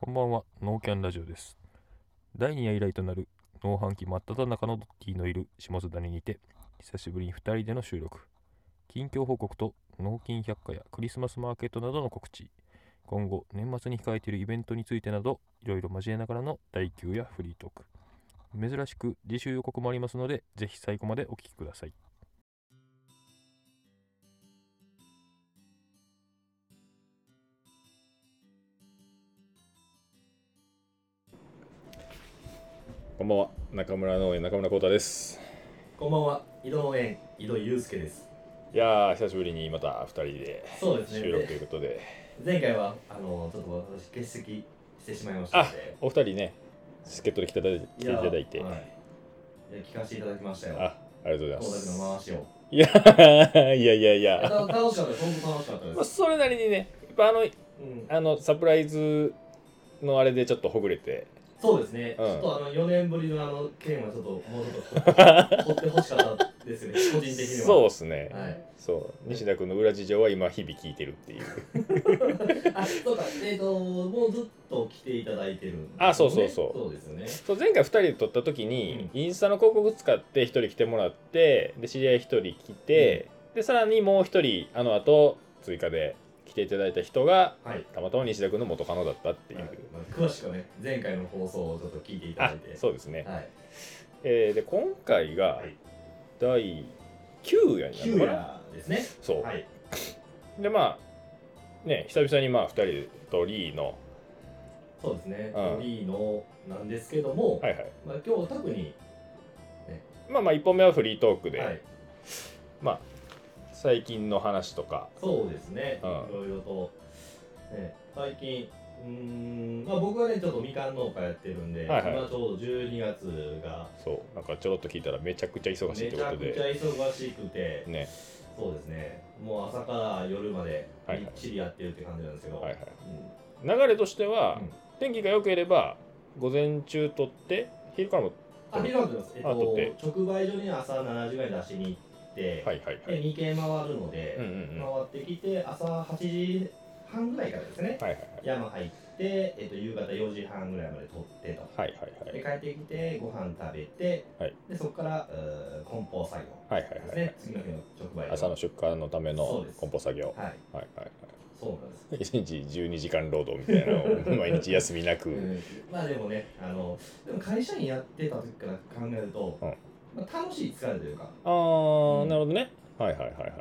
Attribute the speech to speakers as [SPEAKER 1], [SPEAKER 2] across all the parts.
[SPEAKER 1] こんばんは、ノーキャンラジオです。第2夜以来となる、農飯期真っ只中のドッキーのいる下津谷にて、久しぶりに2人での収録、近況報告と納金百科やクリスマスマーケットなどの告知、今後、年末に控えているイベントについてなど、いろいろ交えながらの第9やフリートーク。珍しく自習予告もありますので、ぜひ最後までお聞きください。
[SPEAKER 2] こんばんは、中村農園中村浩太です。
[SPEAKER 3] こんばんは、井戸農園、井戸祐介です。
[SPEAKER 2] いやー、久しぶりにまた二人で
[SPEAKER 3] そうですね。
[SPEAKER 2] 収録とい
[SPEAKER 3] で
[SPEAKER 2] うことで、
[SPEAKER 3] 前回は、あの、ちょっと私欠席してしまいましたので。
[SPEAKER 2] お二人ね、助っ人で来ていただい来ていただいて、
[SPEAKER 3] やはいいや聞かせていただきましたよ。
[SPEAKER 2] あ、ありがとうございま
[SPEAKER 3] 東大の回
[SPEAKER 2] す。
[SPEAKER 3] しを。
[SPEAKER 2] いやー、いやいやい
[SPEAKER 3] いや
[SPEAKER 2] や、
[SPEAKER 3] 楽しかったです、本当楽しかった
[SPEAKER 2] まあ
[SPEAKER 3] です。
[SPEAKER 2] それなりにね、やっぱあの、
[SPEAKER 3] うん、
[SPEAKER 2] あのサプライズのあれでちょっとほぐれて、
[SPEAKER 3] そうですね、
[SPEAKER 2] うん
[SPEAKER 3] ちょっとあの4年ぶりのあの件はちょっともうちょっと追ってほしかったです ね、個人的には。
[SPEAKER 2] そうですね、
[SPEAKER 3] はい、
[SPEAKER 2] そう、西田君の裏事情は今、日々聞いてるっていう。
[SPEAKER 3] あ、そうか、えっ、と、もうずっと来ていただいてるんですよね、
[SPEAKER 2] あそうそうそう
[SPEAKER 3] そうですよね。
[SPEAKER 2] そう前回2人で撮った時に、インスタの広告使って1人来てもらってで知り合い1人来て、でさらにもう1人あの後追加で来ていただいた人が
[SPEAKER 3] はい。
[SPEAKER 2] たまたま西田君の元カノだったっていう、
[SPEAKER 3] まあ詳しくはね、前回の放送をちょっと聞いていただ
[SPEAKER 2] あ
[SPEAKER 3] いて。
[SPEAKER 2] そうですね、
[SPEAKER 3] はい。
[SPEAKER 2] えーで今回が
[SPEAKER 3] はい
[SPEAKER 2] 第9夜になる
[SPEAKER 3] 九
[SPEAKER 2] のかな、
[SPEAKER 3] 夜ですね。
[SPEAKER 2] そう、
[SPEAKER 3] はい。
[SPEAKER 2] でまあね久々にまあ2人でとリーの
[SPEAKER 3] そうですね。
[SPEAKER 2] うん
[SPEAKER 3] フリーのなんですけども、
[SPEAKER 2] はいはい
[SPEAKER 3] まあ今日特に、
[SPEAKER 2] まあまあ1本目はフリートークで、
[SPEAKER 3] はい、
[SPEAKER 2] まあ最近の話とか
[SPEAKER 3] そうですね。い
[SPEAKER 2] うん
[SPEAKER 3] ろいろと、ね、最近。うーんまあ、僕はねちょっとみかん農家やってるんで、
[SPEAKER 2] はいはい
[SPEAKER 3] 今ちょうど12月が
[SPEAKER 2] そうなんかちょろっと聞いたらめちゃくちゃ忙しい
[SPEAKER 3] め
[SPEAKER 2] って
[SPEAKER 3] ち
[SPEAKER 2] こ
[SPEAKER 3] ゃ
[SPEAKER 2] と
[SPEAKER 3] くちゃ
[SPEAKER 2] で
[SPEAKER 3] 忙しくて、
[SPEAKER 2] ね
[SPEAKER 3] そうですねもう朝から夜まで
[SPEAKER 2] はいはい
[SPEAKER 3] みっちりやってるって感じなんですけど、
[SPEAKER 2] はいはい
[SPEAKER 3] うん
[SPEAKER 2] 流れとしては、
[SPEAKER 3] うん
[SPEAKER 2] 天気が良ければ午前中取って昼からも
[SPEAKER 3] あ、ヒロ君です。えっ
[SPEAKER 2] あ取って
[SPEAKER 3] と、直売所に朝7時ぐらいに出しに行って、
[SPEAKER 2] はいはいは
[SPEAKER 3] で
[SPEAKER 2] い
[SPEAKER 3] 2軒回るので、
[SPEAKER 2] うんうんうんは
[SPEAKER 3] 回ってきて朝8時半ぐらいからですね
[SPEAKER 2] いはいはい
[SPEAKER 3] 山入って、えっと、夕方4時半ぐらいまで撮ってと
[SPEAKER 2] はいはいは
[SPEAKER 3] で
[SPEAKER 2] い
[SPEAKER 3] 帰ってきてご飯食べて、
[SPEAKER 2] はい
[SPEAKER 3] でそこからうー梱包作
[SPEAKER 2] はいはい
[SPEAKER 3] 業で
[SPEAKER 2] はい
[SPEAKER 3] すね、
[SPEAKER 2] はい
[SPEAKER 3] 次の日の直売所
[SPEAKER 2] 朝の出荷のため
[SPEAKER 3] そ
[SPEAKER 2] の
[SPEAKER 3] うです
[SPEAKER 2] 梱包作業
[SPEAKER 3] はい
[SPEAKER 2] はいはいはい
[SPEAKER 3] そうなんです、
[SPEAKER 2] 一日12時間労働みたいなのを毎日休みなく、
[SPEAKER 3] うんまあでもねあのでも会社員やってた時から考えると、
[SPEAKER 2] うん
[SPEAKER 3] まあ、楽しい疲れというか
[SPEAKER 2] あー、
[SPEAKER 3] うん
[SPEAKER 2] なるほどねはいはいはいはいあ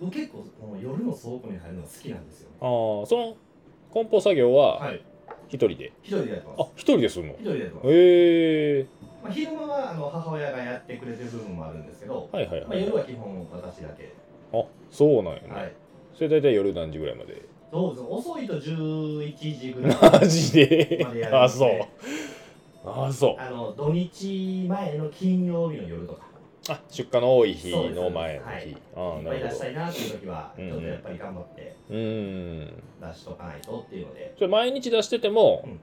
[SPEAKER 3] 僕結構この夜の倉庫に入るのが好きなんですよね
[SPEAKER 2] あーその梱包作業はい一人で、
[SPEAKER 3] 一人でやってます
[SPEAKER 2] あ一人でするの
[SPEAKER 3] 一人でやってます、
[SPEAKER 2] へえ
[SPEAKER 3] まあ、昼間はあの母親がやってくれてる部分もあるんですけど、
[SPEAKER 2] はいはい
[SPEAKER 3] まあ、
[SPEAKER 2] はい、
[SPEAKER 3] 夜は基本私だけ、
[SPEAKER 2] あそうなんやね、
[SPEAKER 3] はい、
[SPEAKER 2] それ大体夜何時ぐらいまで
[SPEAKER 3] そうですね遅いと11時ぐ らい
[SPEAKER 2] マジで
[SPEAKER 3] までやり
[SPEAKER 2] あ
[SPEAKER 3] ます
[SPEAKER 2] そう
[SPEAKER 3] ね
[SPEAKER 2] あそう
[SPEAKER 3] あの土日前の金曜日の夜とか
[SPEAKER 2] あ出荷の多い日
[SPEAKER 3] そうです
[SPEAKER 2] の前の日、
[SPEAKER 3] はい
[SPEAKER 2] ああ
[SPEAKER 3] いっ
[SPEAKER 2] な
[SPEAKER 3] ぱい
[SPEAKER 2] る
[SPEAKER 3] 出
[SPEAKER 2] ほ
[SPEAKER 3] し
[SPEAKER 2] ど
[SPEAKER 3] たいなっていう時は
[SPEAKER 2] う
[SPEAKER 3] ち
[SPEAKER 2] んうん
[SPEAKER 3] ょっとやっぱり頑張って
[SPEAKER 2] うーん
[SPEAKER 3] 出しとかないとっていうので
[SPEAKER 2] それ毎日出してても、
[SPEAKER 3] うん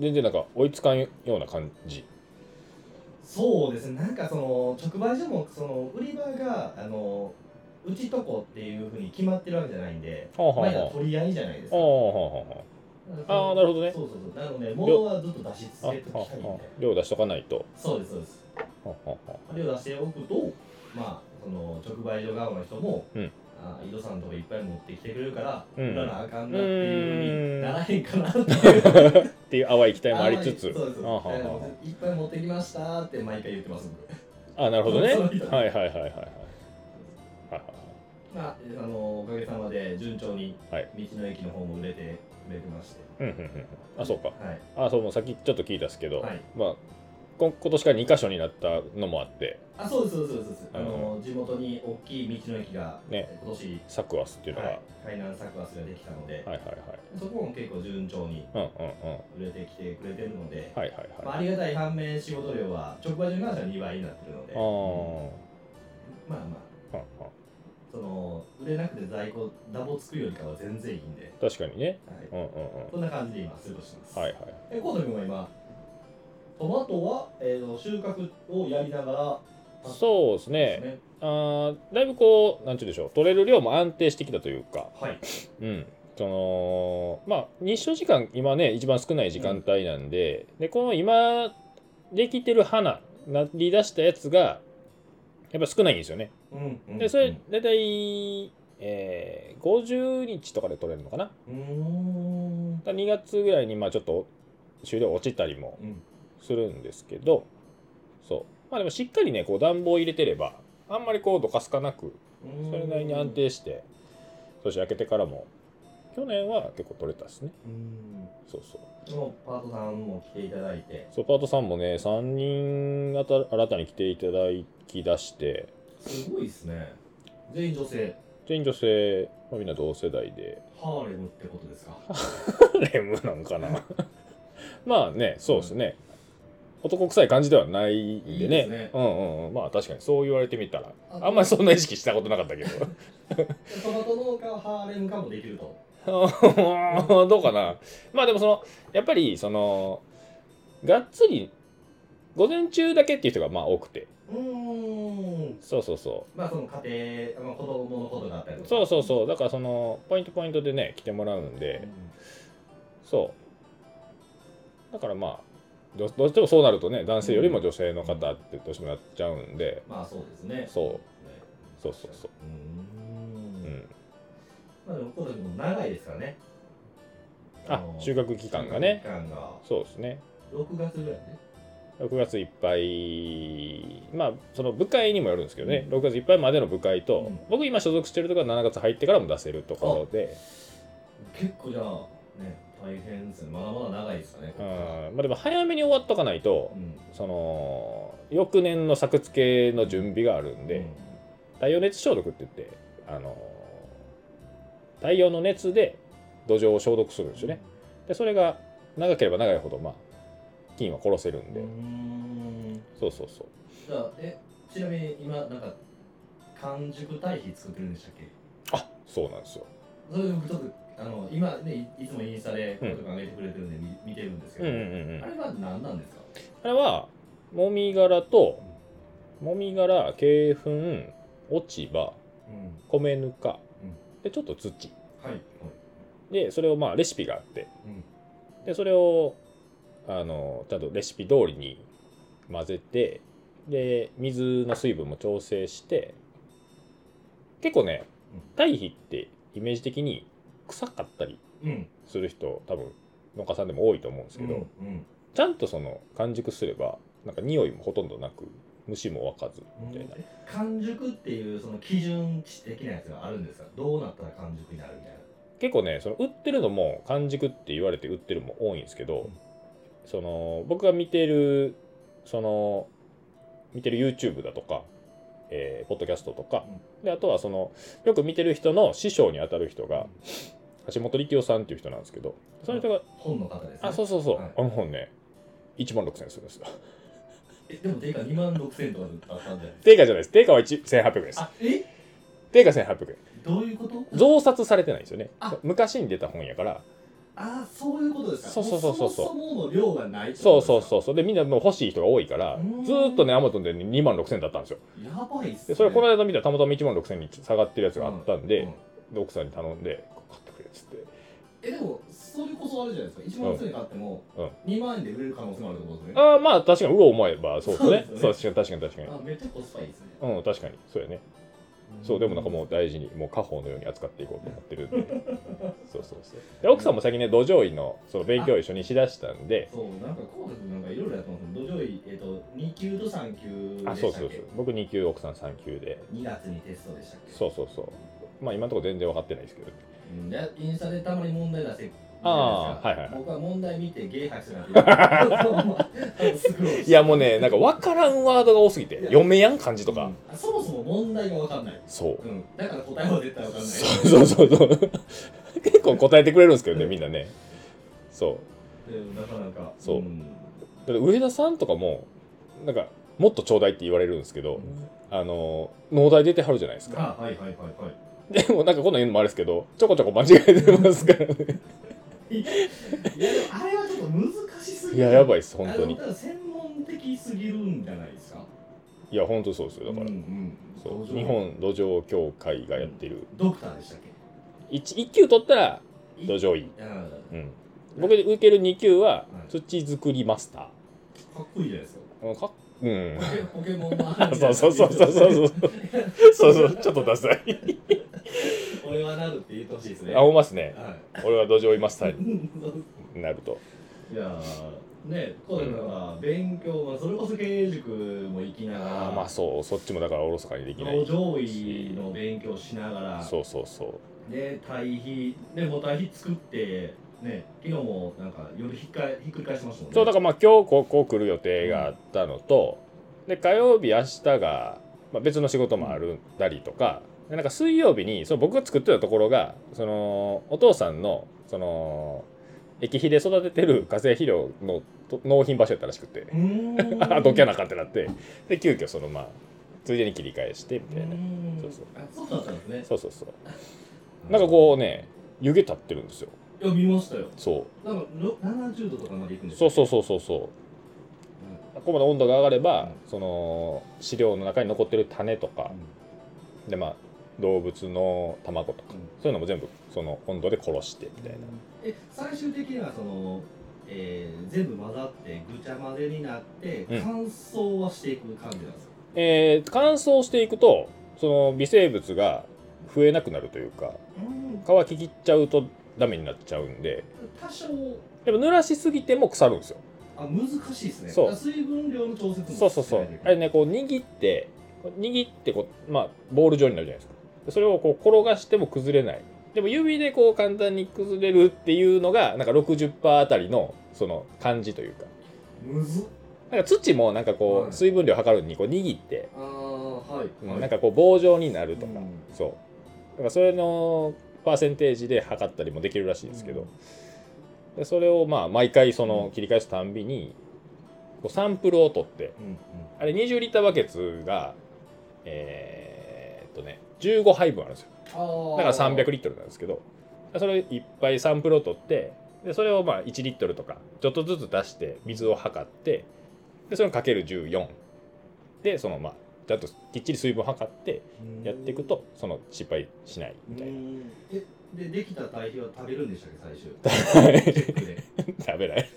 [SPEAKER 2] 全然なんか追いつかんような感じ
[SPEAKER 3] そうですねなんかその直売所もその売り場があのうちとこっていうふうに決まってるわけじゃないんで
[SPEAKER 2] はあはあ
[SPEAKER 3] まだ
[SPEAKER 2] は
[SPEAKER 3] 取り合いじゃないです
[SPEAKER 2] ああ
[SPEAKER 3] か
[SPEAKER 2] あはあは
[SPEAKER 3] だ
[SPEAKER 2] あ
[SPEAKER 3] からその
[SPEAKER 2] あーなるほどね
[SPEAKER 3] そうそうそうなので物はずっと出し
[SPEAKER 2] ああ
[SPEAKER 3] 続けておきたいん
[SPEAKER 2] はあ
[SPEAKER 3] で
[SPEAKER 2] 量出しとかないと
[SPEAKER 3] そうですそうです
[SPEAKER 2] はあはあは
[SPEAKER 3] あれを出しておくと、まあ、その直売所側の人も、
[SPEAKER 2] うん
[SPEAKER 3] あ井戸さんとかいっぱい持ってきてくれるから、
[SPEAKER 2] うん
[SPEAKER 3] 売らなあかんなっていうふうにならへんかなっていう
[SPEAKER 2] あっていう淡い期待もありつつ
[SPEAKER 3] そうです
[SPEAKER 2] あはあは
[SPEAKER 3] あのいっぱい持ってきましたって毎回言ってますんで、
[SPEAKER 2] ああなるほどね
[SPEAKER 3] そう
[SPEAKER 2] はい
[SPEAKER 3] そう
[SPEAKER 2] はいはいはいはいはいはい
[SPEAKER 3] まあ、あのおかげさまで順調に
[SPEAKER 2] はい
[SPEAKER 3] 道の駅の方も売れて売れてまして、
[SPEAKER 2] うんうんうんあそうか
[SPEAKER 3] はい
[SPEAKER 2] あそうもうさっきちょっと聞いたっすけど、
[SPEAKER 3] はい
[SPEAKER 2] まあこ今年から2箇所になったのもあって
[SPEAKER 3] あそうですそうですそうです、
[SPEAKER 2] うん
[SPEAKER 3] あの地元に大きい道の駅が、
[SPEAKER 2] ね
[SPEAKER 3] 今年、
[SPEAKER 2] サクワスっていうのが、
[SPEAKER 3] はい、海南サクアスができたので、
[SPEAKER 2] はい、はい
[SPEAKER 3] そこも結構順調に
[SPEAKER 2] はいうんうんうん
[SPEAKER 3] 売れてきてくれてるので、
[SPEAKER 2] はいはい
[SPEAKER 3] ま
[SPEAKER 2] は
[SPEAKER 3] あ、
[SPEAKER 2] い
[SPEAKER 3] ありがたい反面仕事量は直売所に関しては2倍になってるので
[SPEAKER 2] あー
[SPEAKER 3] まあまあ
[SPEAKER 2] はんはん
[SPEAKER 3] その売れなくて在庫ダボつくよりかは全然いいんで、はい、
[SPEAKER 2] 確かにねうんうんうん
[SPEAKER 3] そんな感じで今過ごしてます、
[SPEAKER 2] はいはい
[SPEAKER 3] えコート君は今トマトは、えー、と収穫をやりながら
[SPEAKER 2] そうです
[SPEAKER 3] です
[SPEAKER 2] ね
[SPEAKER 3] ね
[SPEAKER 2] あーだいぶこうなんちゅうでしょう取れる量も安定してきたというか
[SPEAKER 3] はい
[SPEAKER 2] うんそのまあ日照時間今ね一番少ない時間帯なんで,、でこの今できてる花なりだしたやつがやっぱ少ないんですよね。
[SPEAKER 3] うんうん
[SPEAKER 2] でそれ大体、えー、50日とかで取れるのかな。
[SPEAKER 3] うーん
[SPEAKER 2] だ2月ぐらいにまあちょっと終了落ちたりも
[SPEAKER 3] うん
[SPEAKER 2] するんですけどそうまあでもしっかりねこう暖房入れてればあんまりこうどかすかなくそれなりに安定して年明けてからも去年は結構取れたですね
[SPEAKER 3] うん
[SPEAKER 2] そうそう
[SPEAKER 3] もうパートさんも来ていただいて
[SPEAKER 2] そうパートさんもね3人あた新たに来ていただきだして
[SPEAKER 3] すごいですね全員女性
[SPEAKER 2] 全員女性、まあ、みんな同世代で
[SPEAKER 3] ハーレムってことですか
[SPEAKER 2] レムなんかな まあねそうですね、男臭い感じではないんでね
[SPEAKER 3] いいですね
[SPEAKER 2] うんうんうんまあ確かにそう言われてみたら
[SPEAKER 3] あ
[SPEAKER 2] あんまりそんな意識したことなかったけど
[SPEAKER 3] トマト農家はハーレム化もできると
[SPEAKER 2] あー どうかなまあでもそのやっぱりそのがっつり午前中だけっていう人がまあ多くて
[SPEAKER 3] うーん
[SPEAKER 2] そうそうそ
[SPEAKER 3] まあその家庭、まあ、子供のことがあったりと
[SPEAKER 2] う
[SPEAKER 3] か
[SPEAKER 2] そうそうそうだからそのポイントポイントでね来てもらうんでそうだからまあどどうしてもそうなるとね男性よりも女性の方ってどうしてもやっちゃうんで
[SPEAKER 3] まあそうですね
[SPEAKER 2] そう
[SPEAKER 3] ね
[SPEAKER 2] そうそうそう
[SPEAKER 3] うー
[SPEAKER 2] う、うんん、
[SPEAKER 3] まあでも今年も長いですからね
[SPEAKER 2] あ
[SPEAKER 3] の
[SPEAKER 2] 収穫期間がね
[SPEAKER 3] 期間が
[SPEAKER 2] そうですね
[SPEAKER 3] 6月ぐらいね
[SPEAKER 2] 6月いっぱいまあその部会にもよるんですけどね、6月いっぱいまでの部会と、
[SPEAKER 3] うん
[SPEAKER 2] 僕今所属してるとこは7月入ってからも出せるところで、
[SPEAKER 3] 結構じゃあね大変ですねまだまだ長いですかね
[SPEAKER 2] う
[SPEAKER 3] こ
[SPEAKER 2] ん
[SPEAKER 3] こから
[SPEAKER 2] まあ、でも早めに終わっとかないと
[SPEAKER 3] うん
[SPEAKER 2] その翌年の作付けの準備があるんで、
[SPEAKER 3] うん
[SPEAKER 2] 太陽熱消毒って言ってあの太陽の熱で土壌を消毒するんですよねでそれが長ければ長いほどまあ菌は殺せるん
[SPEAKER 3] う
[SPEAKER 2] で、
[SPEAKER 3] ーん
[SPEAKER 2] そうそうそう
[SPEAKER 3] じゃあえちなみに今なんか完熟堆肥作ってるんでしたっけ
[SPEAKER 2] あそうなんですよ
[SPEAKER 3] それ僕ちょっとあの今ねいいつもインスタでことが上げてくれてるんで、み見てるんですけ
[SPEAKER 2] うん
[SPEAKER 3] ど、
[SPEAKER 2] うんうんうん
[SPEAKER 3] あれは何なんですか
[SPEAKER 2] あれはもみ殻ともみ殻鶏粉落ち葉
[SPEAKER 3] うん
[SPEAKER 2] 米ぬか、
[SPEAKER 3] うん
[SPEAKER 2] でちょっと土
[SPEAKER 3] はいはい
[SPEAKER 2] でそれをまあレシピがあって
[SPEAKER 3] うん
[SPEAKER 2] でそれをあのちゃんとレシピ通りに混ぜてで水の水分も調整して結構ね
[SPEAKER 3] うん
[SPEAKER 2] 堆肥ってイメージ的に臭かったり
[SPEAKER 3] うん
[SPEAKER 2] する人多分農家さんでも多いと思うんですけど、
[SPEAKER 3] うん
[SPEAKER 2] ちゃんとその完熟すればなんか匂いもほとんどなく虫も湧かず
[SPEAKER 3] うん
[SPEAKER 2] みたいな、
[SPEAKER 3] え完熟っていうその基準値的なやつがあるんですかどうなったら完熟になるみたいな
[SPEAKER 2] 結構ねその売ってるのも完熟って言われて売ってるのも多いんですけど、
[SPEAKER 3] うん
[SPEAKER 2] その僕が見てるその見てる YouTube だとか、えーポッドキャストとか、であとはそのよく見てる人の師匠にあたる人が橋本力夫さんっていう人なんですけどその人が、
[SPEAKER 3] 本の方ですね
[SPEAKER 2] あそうそうそう、
[SPEAKER 3] はい
[SPEAKER 2] あの本ね1万6000円するんですよ
[SPEAKER 3] えでも定価2万6000とかだったんじゃないですか
[SPEAKER 2] 定価じゃないです定価は1 1800円です
[SPEAKER 3] あえ
[SPEAKER 2] 定価1800円
[SPEAKER 3] どういうこと
[SPEAKER 2] 増刷されてないんですよね
[SPEAKER 3] あ
[SPEAKER 2] 昔に出た本やから
[SPEAKER 3] ああそういうことですか
[SPEAKER 2] そうそうそうそう
[SPEAKER 3] もそもそもの量がないって
[SPEAKER 2] そ
[SPEAKER 3] こ
[SPEAKER 2] う
[SPEAKER 3] と
[SPEAKER 2] そう
[SPEAKER 3] ですか
[SPEAKER 2] そうそうでみんなもう欲しい人が多いから
[SPEAKER 3] うん
[SPEAKER 2] ずーっとねアマゾンで2万6000だったんですよ
[SPEAKER 3] やばいっすね
[SPEAKER 2] でそれこの間見たらたまたま1万6000に下がってるやつがあったんで,、
[SPEAKER 3] うう
[SPEAKER 2] で奥さんに頼んで買ってくれっつって
[SPEAKER 3] えでもそれこそあれじゃないですか1万円に買っても
[SPEAKER 2] うん
[SPEAKER 3] 2万円で売れる可能性もあるってことですね、
[SPEAKER 2] ああまあ確かにうお思えばそうですね
[SPEAKER 3] そ
[SPEAKER 2] そうう
[SPEAKER 3] で
[SPEAKER 2] 確
[SPEAKER 3] す
[SPEAKER 2] かに確かに確か
[SPEAKER 3] あめっちゃコスパいいですね、
[SPEAKER 2] にうん確かにそうやねそうでもなんかもう大事にもう家宝のように扱っていこうと思ってるん でそうそうそうで奥さんも最近ね土壌医のその勉強を一緒にしだしたんで
[SPEAKER 3] そうなんかこうですなんかいろいろやってますね土壌医えっ、と2級と3級
[SPEAKER 2] あ
[SPEAKER 3] で
[SPEAKER 2] そう
[SPEAKER 3] した
[SPEAKER 2] そ
[SPEAKER 3] っ
[SPEAKER 2] うそ
[SPEAKER 3] け
[SPEAKER 2] う僕2級奥さん3級で
[SPEAKER 3] 2月にテストでしたっけ
[SPEAKER 2] そうそうそうまあ今のところ全然分かってないですけど
[SPEAKER 3] うんでインスタでたまに問題出せる
[SPEAKER 2] あー
[SPEAKER 3] じゃ
[SPEAKER 2] はい
[SPEAKER 3] なですか
[SPEAKER 2] はいはい
[SPEAKER 3] 僕は問題見てゲー吐きそうになってるスクロールし
[SPEAKER 2] い
[SPEAKER 3] て
[SPEAKER 2] やもうねなんか分からんワードが多すぎて読めやん感じとか、
[SPEAKER 3] うんそもそも問題が分かんない、
[SPEAKER 2] そう
[SPEAKER 3] うん、だから答えは絶対分かんない
[SPEAKER 2] そうそうそうそう結構答えてくれるんですけどねみんなねそ
[SPEAKER 3] うんなかなか
[SPEAKER 2] そうんうだから上田さんとかもなんかもっとちょうだいって言われるんですけど、あの農大出てはるじゃないですか
[SPEAKER 3] あはいはいはいはい
[SPEAKER 2] でもなんかこんなん言うのもあれですけどちょこちょこ間違えてますからね
[SPEAKER 3] いやでもあれはちょっと難しすぎ
[SPEAKER 2] い
[SPEAKER 3] る
[SPEAKER 2] ややばいです本当
[SPEAKER 3] あの
[SPEAKER 2] に
[SPEAKER 3] だから専門的すぎるんじゃないですか
[SPEAKER 2] いや本当そうですよだから、
[SPEAKER 3] うんうん
[SPEAKER 2] そう
[SPEAKER 3] 土壌
[SPEAKER 2] 日本土壌協会がやってる、
[SPEAKER 3] ドクターでしたっけ
[SPEAKER 2] 一一級取ったら土壌いい、
[SPEAKER 3] うん
[SPEAKER 2] うん、僕で受ける2級は土作りマスタ
[SPEAKER 3] かっこいいじゃないですか
[SPEAKER 2] ーうんかっうん
[SPEAKER 4] ポケポケモンの
[SPEAKER 2] あそうそうそうそうそうそうそうそうちょっとダサい
[SPEAKER 3] 俺はなるって言ってほしいですね
[SPEAKER 2] あ思いますね
[SPEAKER 3] は
[SPEAKER 2] 俺は土壌いマスター
[SPEAKER 3] い
[SPEAKER 2] になると
[SPEAKER 3] いやーねこうだから勉強はそれこそ経営塾も行きなが
[SPEAKER 2] あ
[SPEAKER 3] ら
[SPEAKER 2] ーまあそうそっちもだからおろそかにできない
[SPEAKER 3] 路上位の勉強しながら
[SPEAKER 2] そうそうそう
[SPEAKER 3] で対比でもう対比作ってね昨日もなんか夜ひっかひっくり返してましたもんね
[SPEAKER 2] そうだからまあ今日ここ来る予定があったのと、で火曜日明日が、まあ、別の仕事もあるだりとかでなんか水曜日にその僕が作ってたところがそのお父さんのその液肥で育ててる化成肥料のと納品場所やったらしくて
[SPEAKER 3] うーん
[SPEAKER 2] あどけなあかんってなってで急遽そのまあついでに切り返してみ
[SPEAKER 3] う
[SPEAKER 2] たいな
[SPEAKER 3] ーん
[SPEAKER 2] そうそう
[SPEAKER 3] あそうだったんですね
[SPEAKER 2] そうそうそうなんかこうね湯気立ってるんですよ
[SPEAKER 3] いや見ましたよ
[SPEAKER 2] そう
[SPEAKER 3] なんかろ70度とかまでいくんです
[SPEAKER 2] そう
[SPEAKER 3] う
[SPEAKER 2] そうそうそうそう。ここまで温度が上がれば、その飼料の中に残ってる種とか、でまあ動物の卵とか、
[SPEAKER 3] うん
[SPEAKER 2] そういうのも全部その温度で殺してみたいな。
[SPEAKER 3] え最終的にはその、えー全部混ざってぐちゃ混ぜになって
[SPEAKER 2] うん
[SPEAKER 3] 乾燥はしていく感じなんですか、
[SPEAKER 2] えー乾燥していくとその微生物が増えなくなるというか
[SPEAKER 3] うん
[SPEAKER 2] 乾ききっちゃうとダメになっちゃうんで
[SPEAKER 3] 多少
[SPEAKER 2] でも濡らしすぎても腐るんですよ。
[SPEAKER 3] あ難しいですね
[SPEAKER 2] そう
[SPEAKER 3] 水分量の調節も
[SPEAKER 2] そうそうそう
[SPEAKER 3] しないといけ
[SPEAKER 2] あ
[SPEAKER 3] ない
[SPEAKER 2] れねこう握って握ってこうまあボール状になるじゃないですかでそれをこう転がしても崩れないでも指でこう簡単に崩れるっていうのがなんか60%あたりのその感じというか
[SPEAKER 3] むずっ
[SPEAKER 2] なんか土もなんかこ
[SPEAKER 3] はいう
[SPEAKER 2] 水分量測るのにこう握って、
[SPEAKER 3] あーはい、はい
[SPEAKER 2] なんかこう棒状になるとか、
[SPEAKER 3] うん
[SPEAKER 2] そうだからそれのパーセンテージで測ったりもできるらしいんですけど、でそれをまあ毎回その切り返すたんびにこうサンプルを取って
[SPEAKER 3] うんうん
[SPEAKER 2] あれ20リッターバケツがえーっとね15杯分あるんですよ
[SPEAKER 4] あー
[SPEAKER 2] だから300リットルなんですけどそれいっぱいサンプルを取ってでそれをまあ1リットルとかちょっとずつ出して水を測ってでそれをかける14でそのまあちゃんときっちり水分を測ってやっていくとその失敗しないみたいな
[SPEAKER 3] えでできた堆肥は食べるんでしたっけ最 終で
[SPEAKER 2] 食べない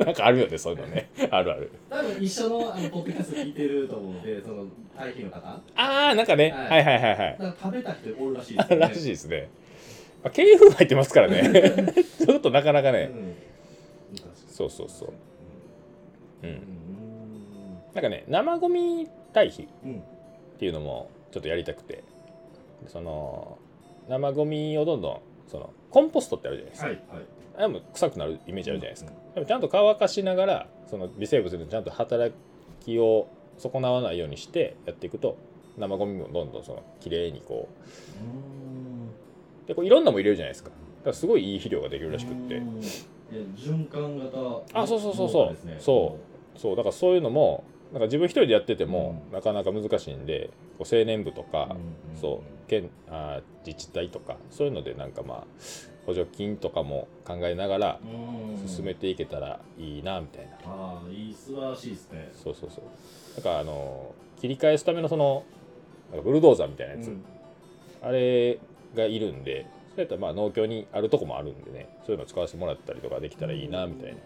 [SPEAKER 2] なんかあるよねそういうのねあるある
[SPEAKER 3] 多分一緒のあのポッドキャスト聞いてると思うんでその堆肥の方だか
[SPEAKER 2] ああなんかね、
[SPEAKER 3] はい
[SPEAKER 2] はい、はいはいはい
[SPEAKER 3] ら食べた人おるらしいで す
[SPEAKER 2] らしいですね、まあ、経風入ってますからねちょっとなかなかね、
[SPEAKER 3] うん
[SPEAKER 2] そうそうそうう、
[SPEAKER 3] うんん
[SPEAKER 2] なんかね生ゴミ堆肥っ
[SPEAKER 3] うん
[SPEAKER 2] ていうのもちょっとやりたくてその生ゴミをどんどんそのコンポストってあるじゃないですか、
[SPEAKER 3] はいはい
[SPEAKER 2] あれも臭くなるイメージあるじゃないですか、でもちゃんと乾かしながらその微生物のちゃんと働きを損なわないようにしてやっていくと生ゴミもどんどんその綺麗にこ
[SPEAKER 3] うん
[SPEAKER 2] うでこういろんなも入れるじゃないですかだからすごいいい肥料ができるらしくって、
[SPEAKER 3] うんいや循環型
[SPEAKER 2] あそうそうそうそう
[SPEAKER 3] 農家ですね
[SPEAKER 2] そそうだからそういうのもなんか自分一人でやってても、なかなか難しいんでこう青年部とか、
[SPEAKER 3] うん
[SPEAKER 2] そう県あー自治体とかそういうのでなんかまあ補助金とかも考えながら
[SPEAKER 3] うん
[SPEAKER 2] 進めていけたらいいなみたいな、
[SPEAKER 3] ああいい素晴らしいですね
[SPEAKER 2] そうそうそうだからあのー切り返すためのそのなんかブルドーザーみたいなやつ、
[SPEAKER 3] うん
[SPEAKER 2] あれがいるんでそうやったらまあ農協にあるとこもあるんでねそういうの使わせてもらったりとかできたらいいなみ たいな、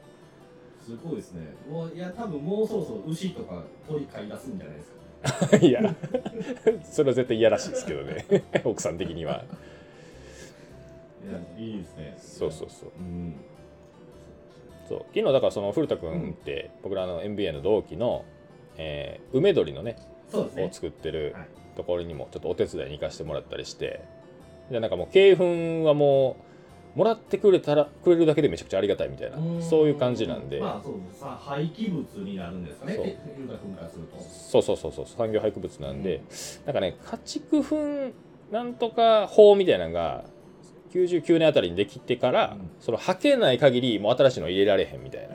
[SPEAKER 3] すごいですね。もういや多分もうそろそろ牛とか鳥飼い出すんじゃないですか。
[SPEAKER 2] いやそれは絶対嫌らしいですけどね 奥さん的にはい
[SPEAKER 3] やいいですね。
[SPEAKER 2] そうそうそう
[SPEAKER 3] うん。
[SPEAKER 2] そう昨日だからその古田君って、僕らの NBA の同期の、えー梅鳥のね
[SPEAKER 3] そうです
[SPEAKER 2] を
[SPEAKER 3] ね。
[SPEAKER 2] 作ってる
[SPEAKER 3] はい
[SPEAKER 2] ところにもちょっとお手伝いに行かせてもらったりしてでなんかもう鶏粉はもうもらってくれたらくれるだけでめちゃくちゃありがたいみたいな
[SPEAKER 3] ーん
[SPEAKER 2] そういう感じなんで、
[SPEAKER 3] まあそうですさ廃棄物になるんですかね。
[SPEAKER 2] そう
[SPEAKER 3] えゆうたくんからすると。
[SPEAKER 2] そうそうそうそう産業廃棄物なんで、
[SPEAKER 3] うん
[SPEAKER 2] なんかね家畜粉なんとか法みたいなのが99年あたりにできてから、
[SPEAKER 3] うん
[SPEAKER 2] そのはけない限りもう新しいの入れられへんみたいな、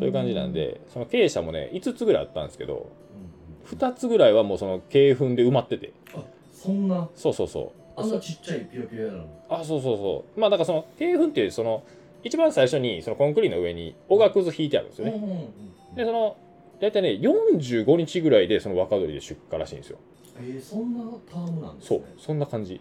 [SPEAKER 2] そういう感じなんでその経営者もね5つぐらいあったんですけど
[SPEAKER 3] うん。
[SPEAKER 2] 2つぐらいはもうその経粉で埋まってて
[SPEAKER 3] あそんな
[SPEAKER 2] そうそうそう
[SPEAKER 3] あんなちっちゃいピヨピヨやなの。
[SPEAKER 2] あそうそうそうまあだからその鶏粉っていうその一番最初にそのコンクリの上におがくず引いてあるんですよね、
[SPEAKER 3] うん
[SPEAKER 2] で
[SPEAKER 3] うん
[SPEAKER 2] その大体ね45日ぐらいでその若鶏で出荷らしいんですよ
[SPEAKER 3] えーそんなタームなんです
[SPEAKER 2] そう
[SPEAKER 3] ね。
[SPEAKER 2] そんな感じ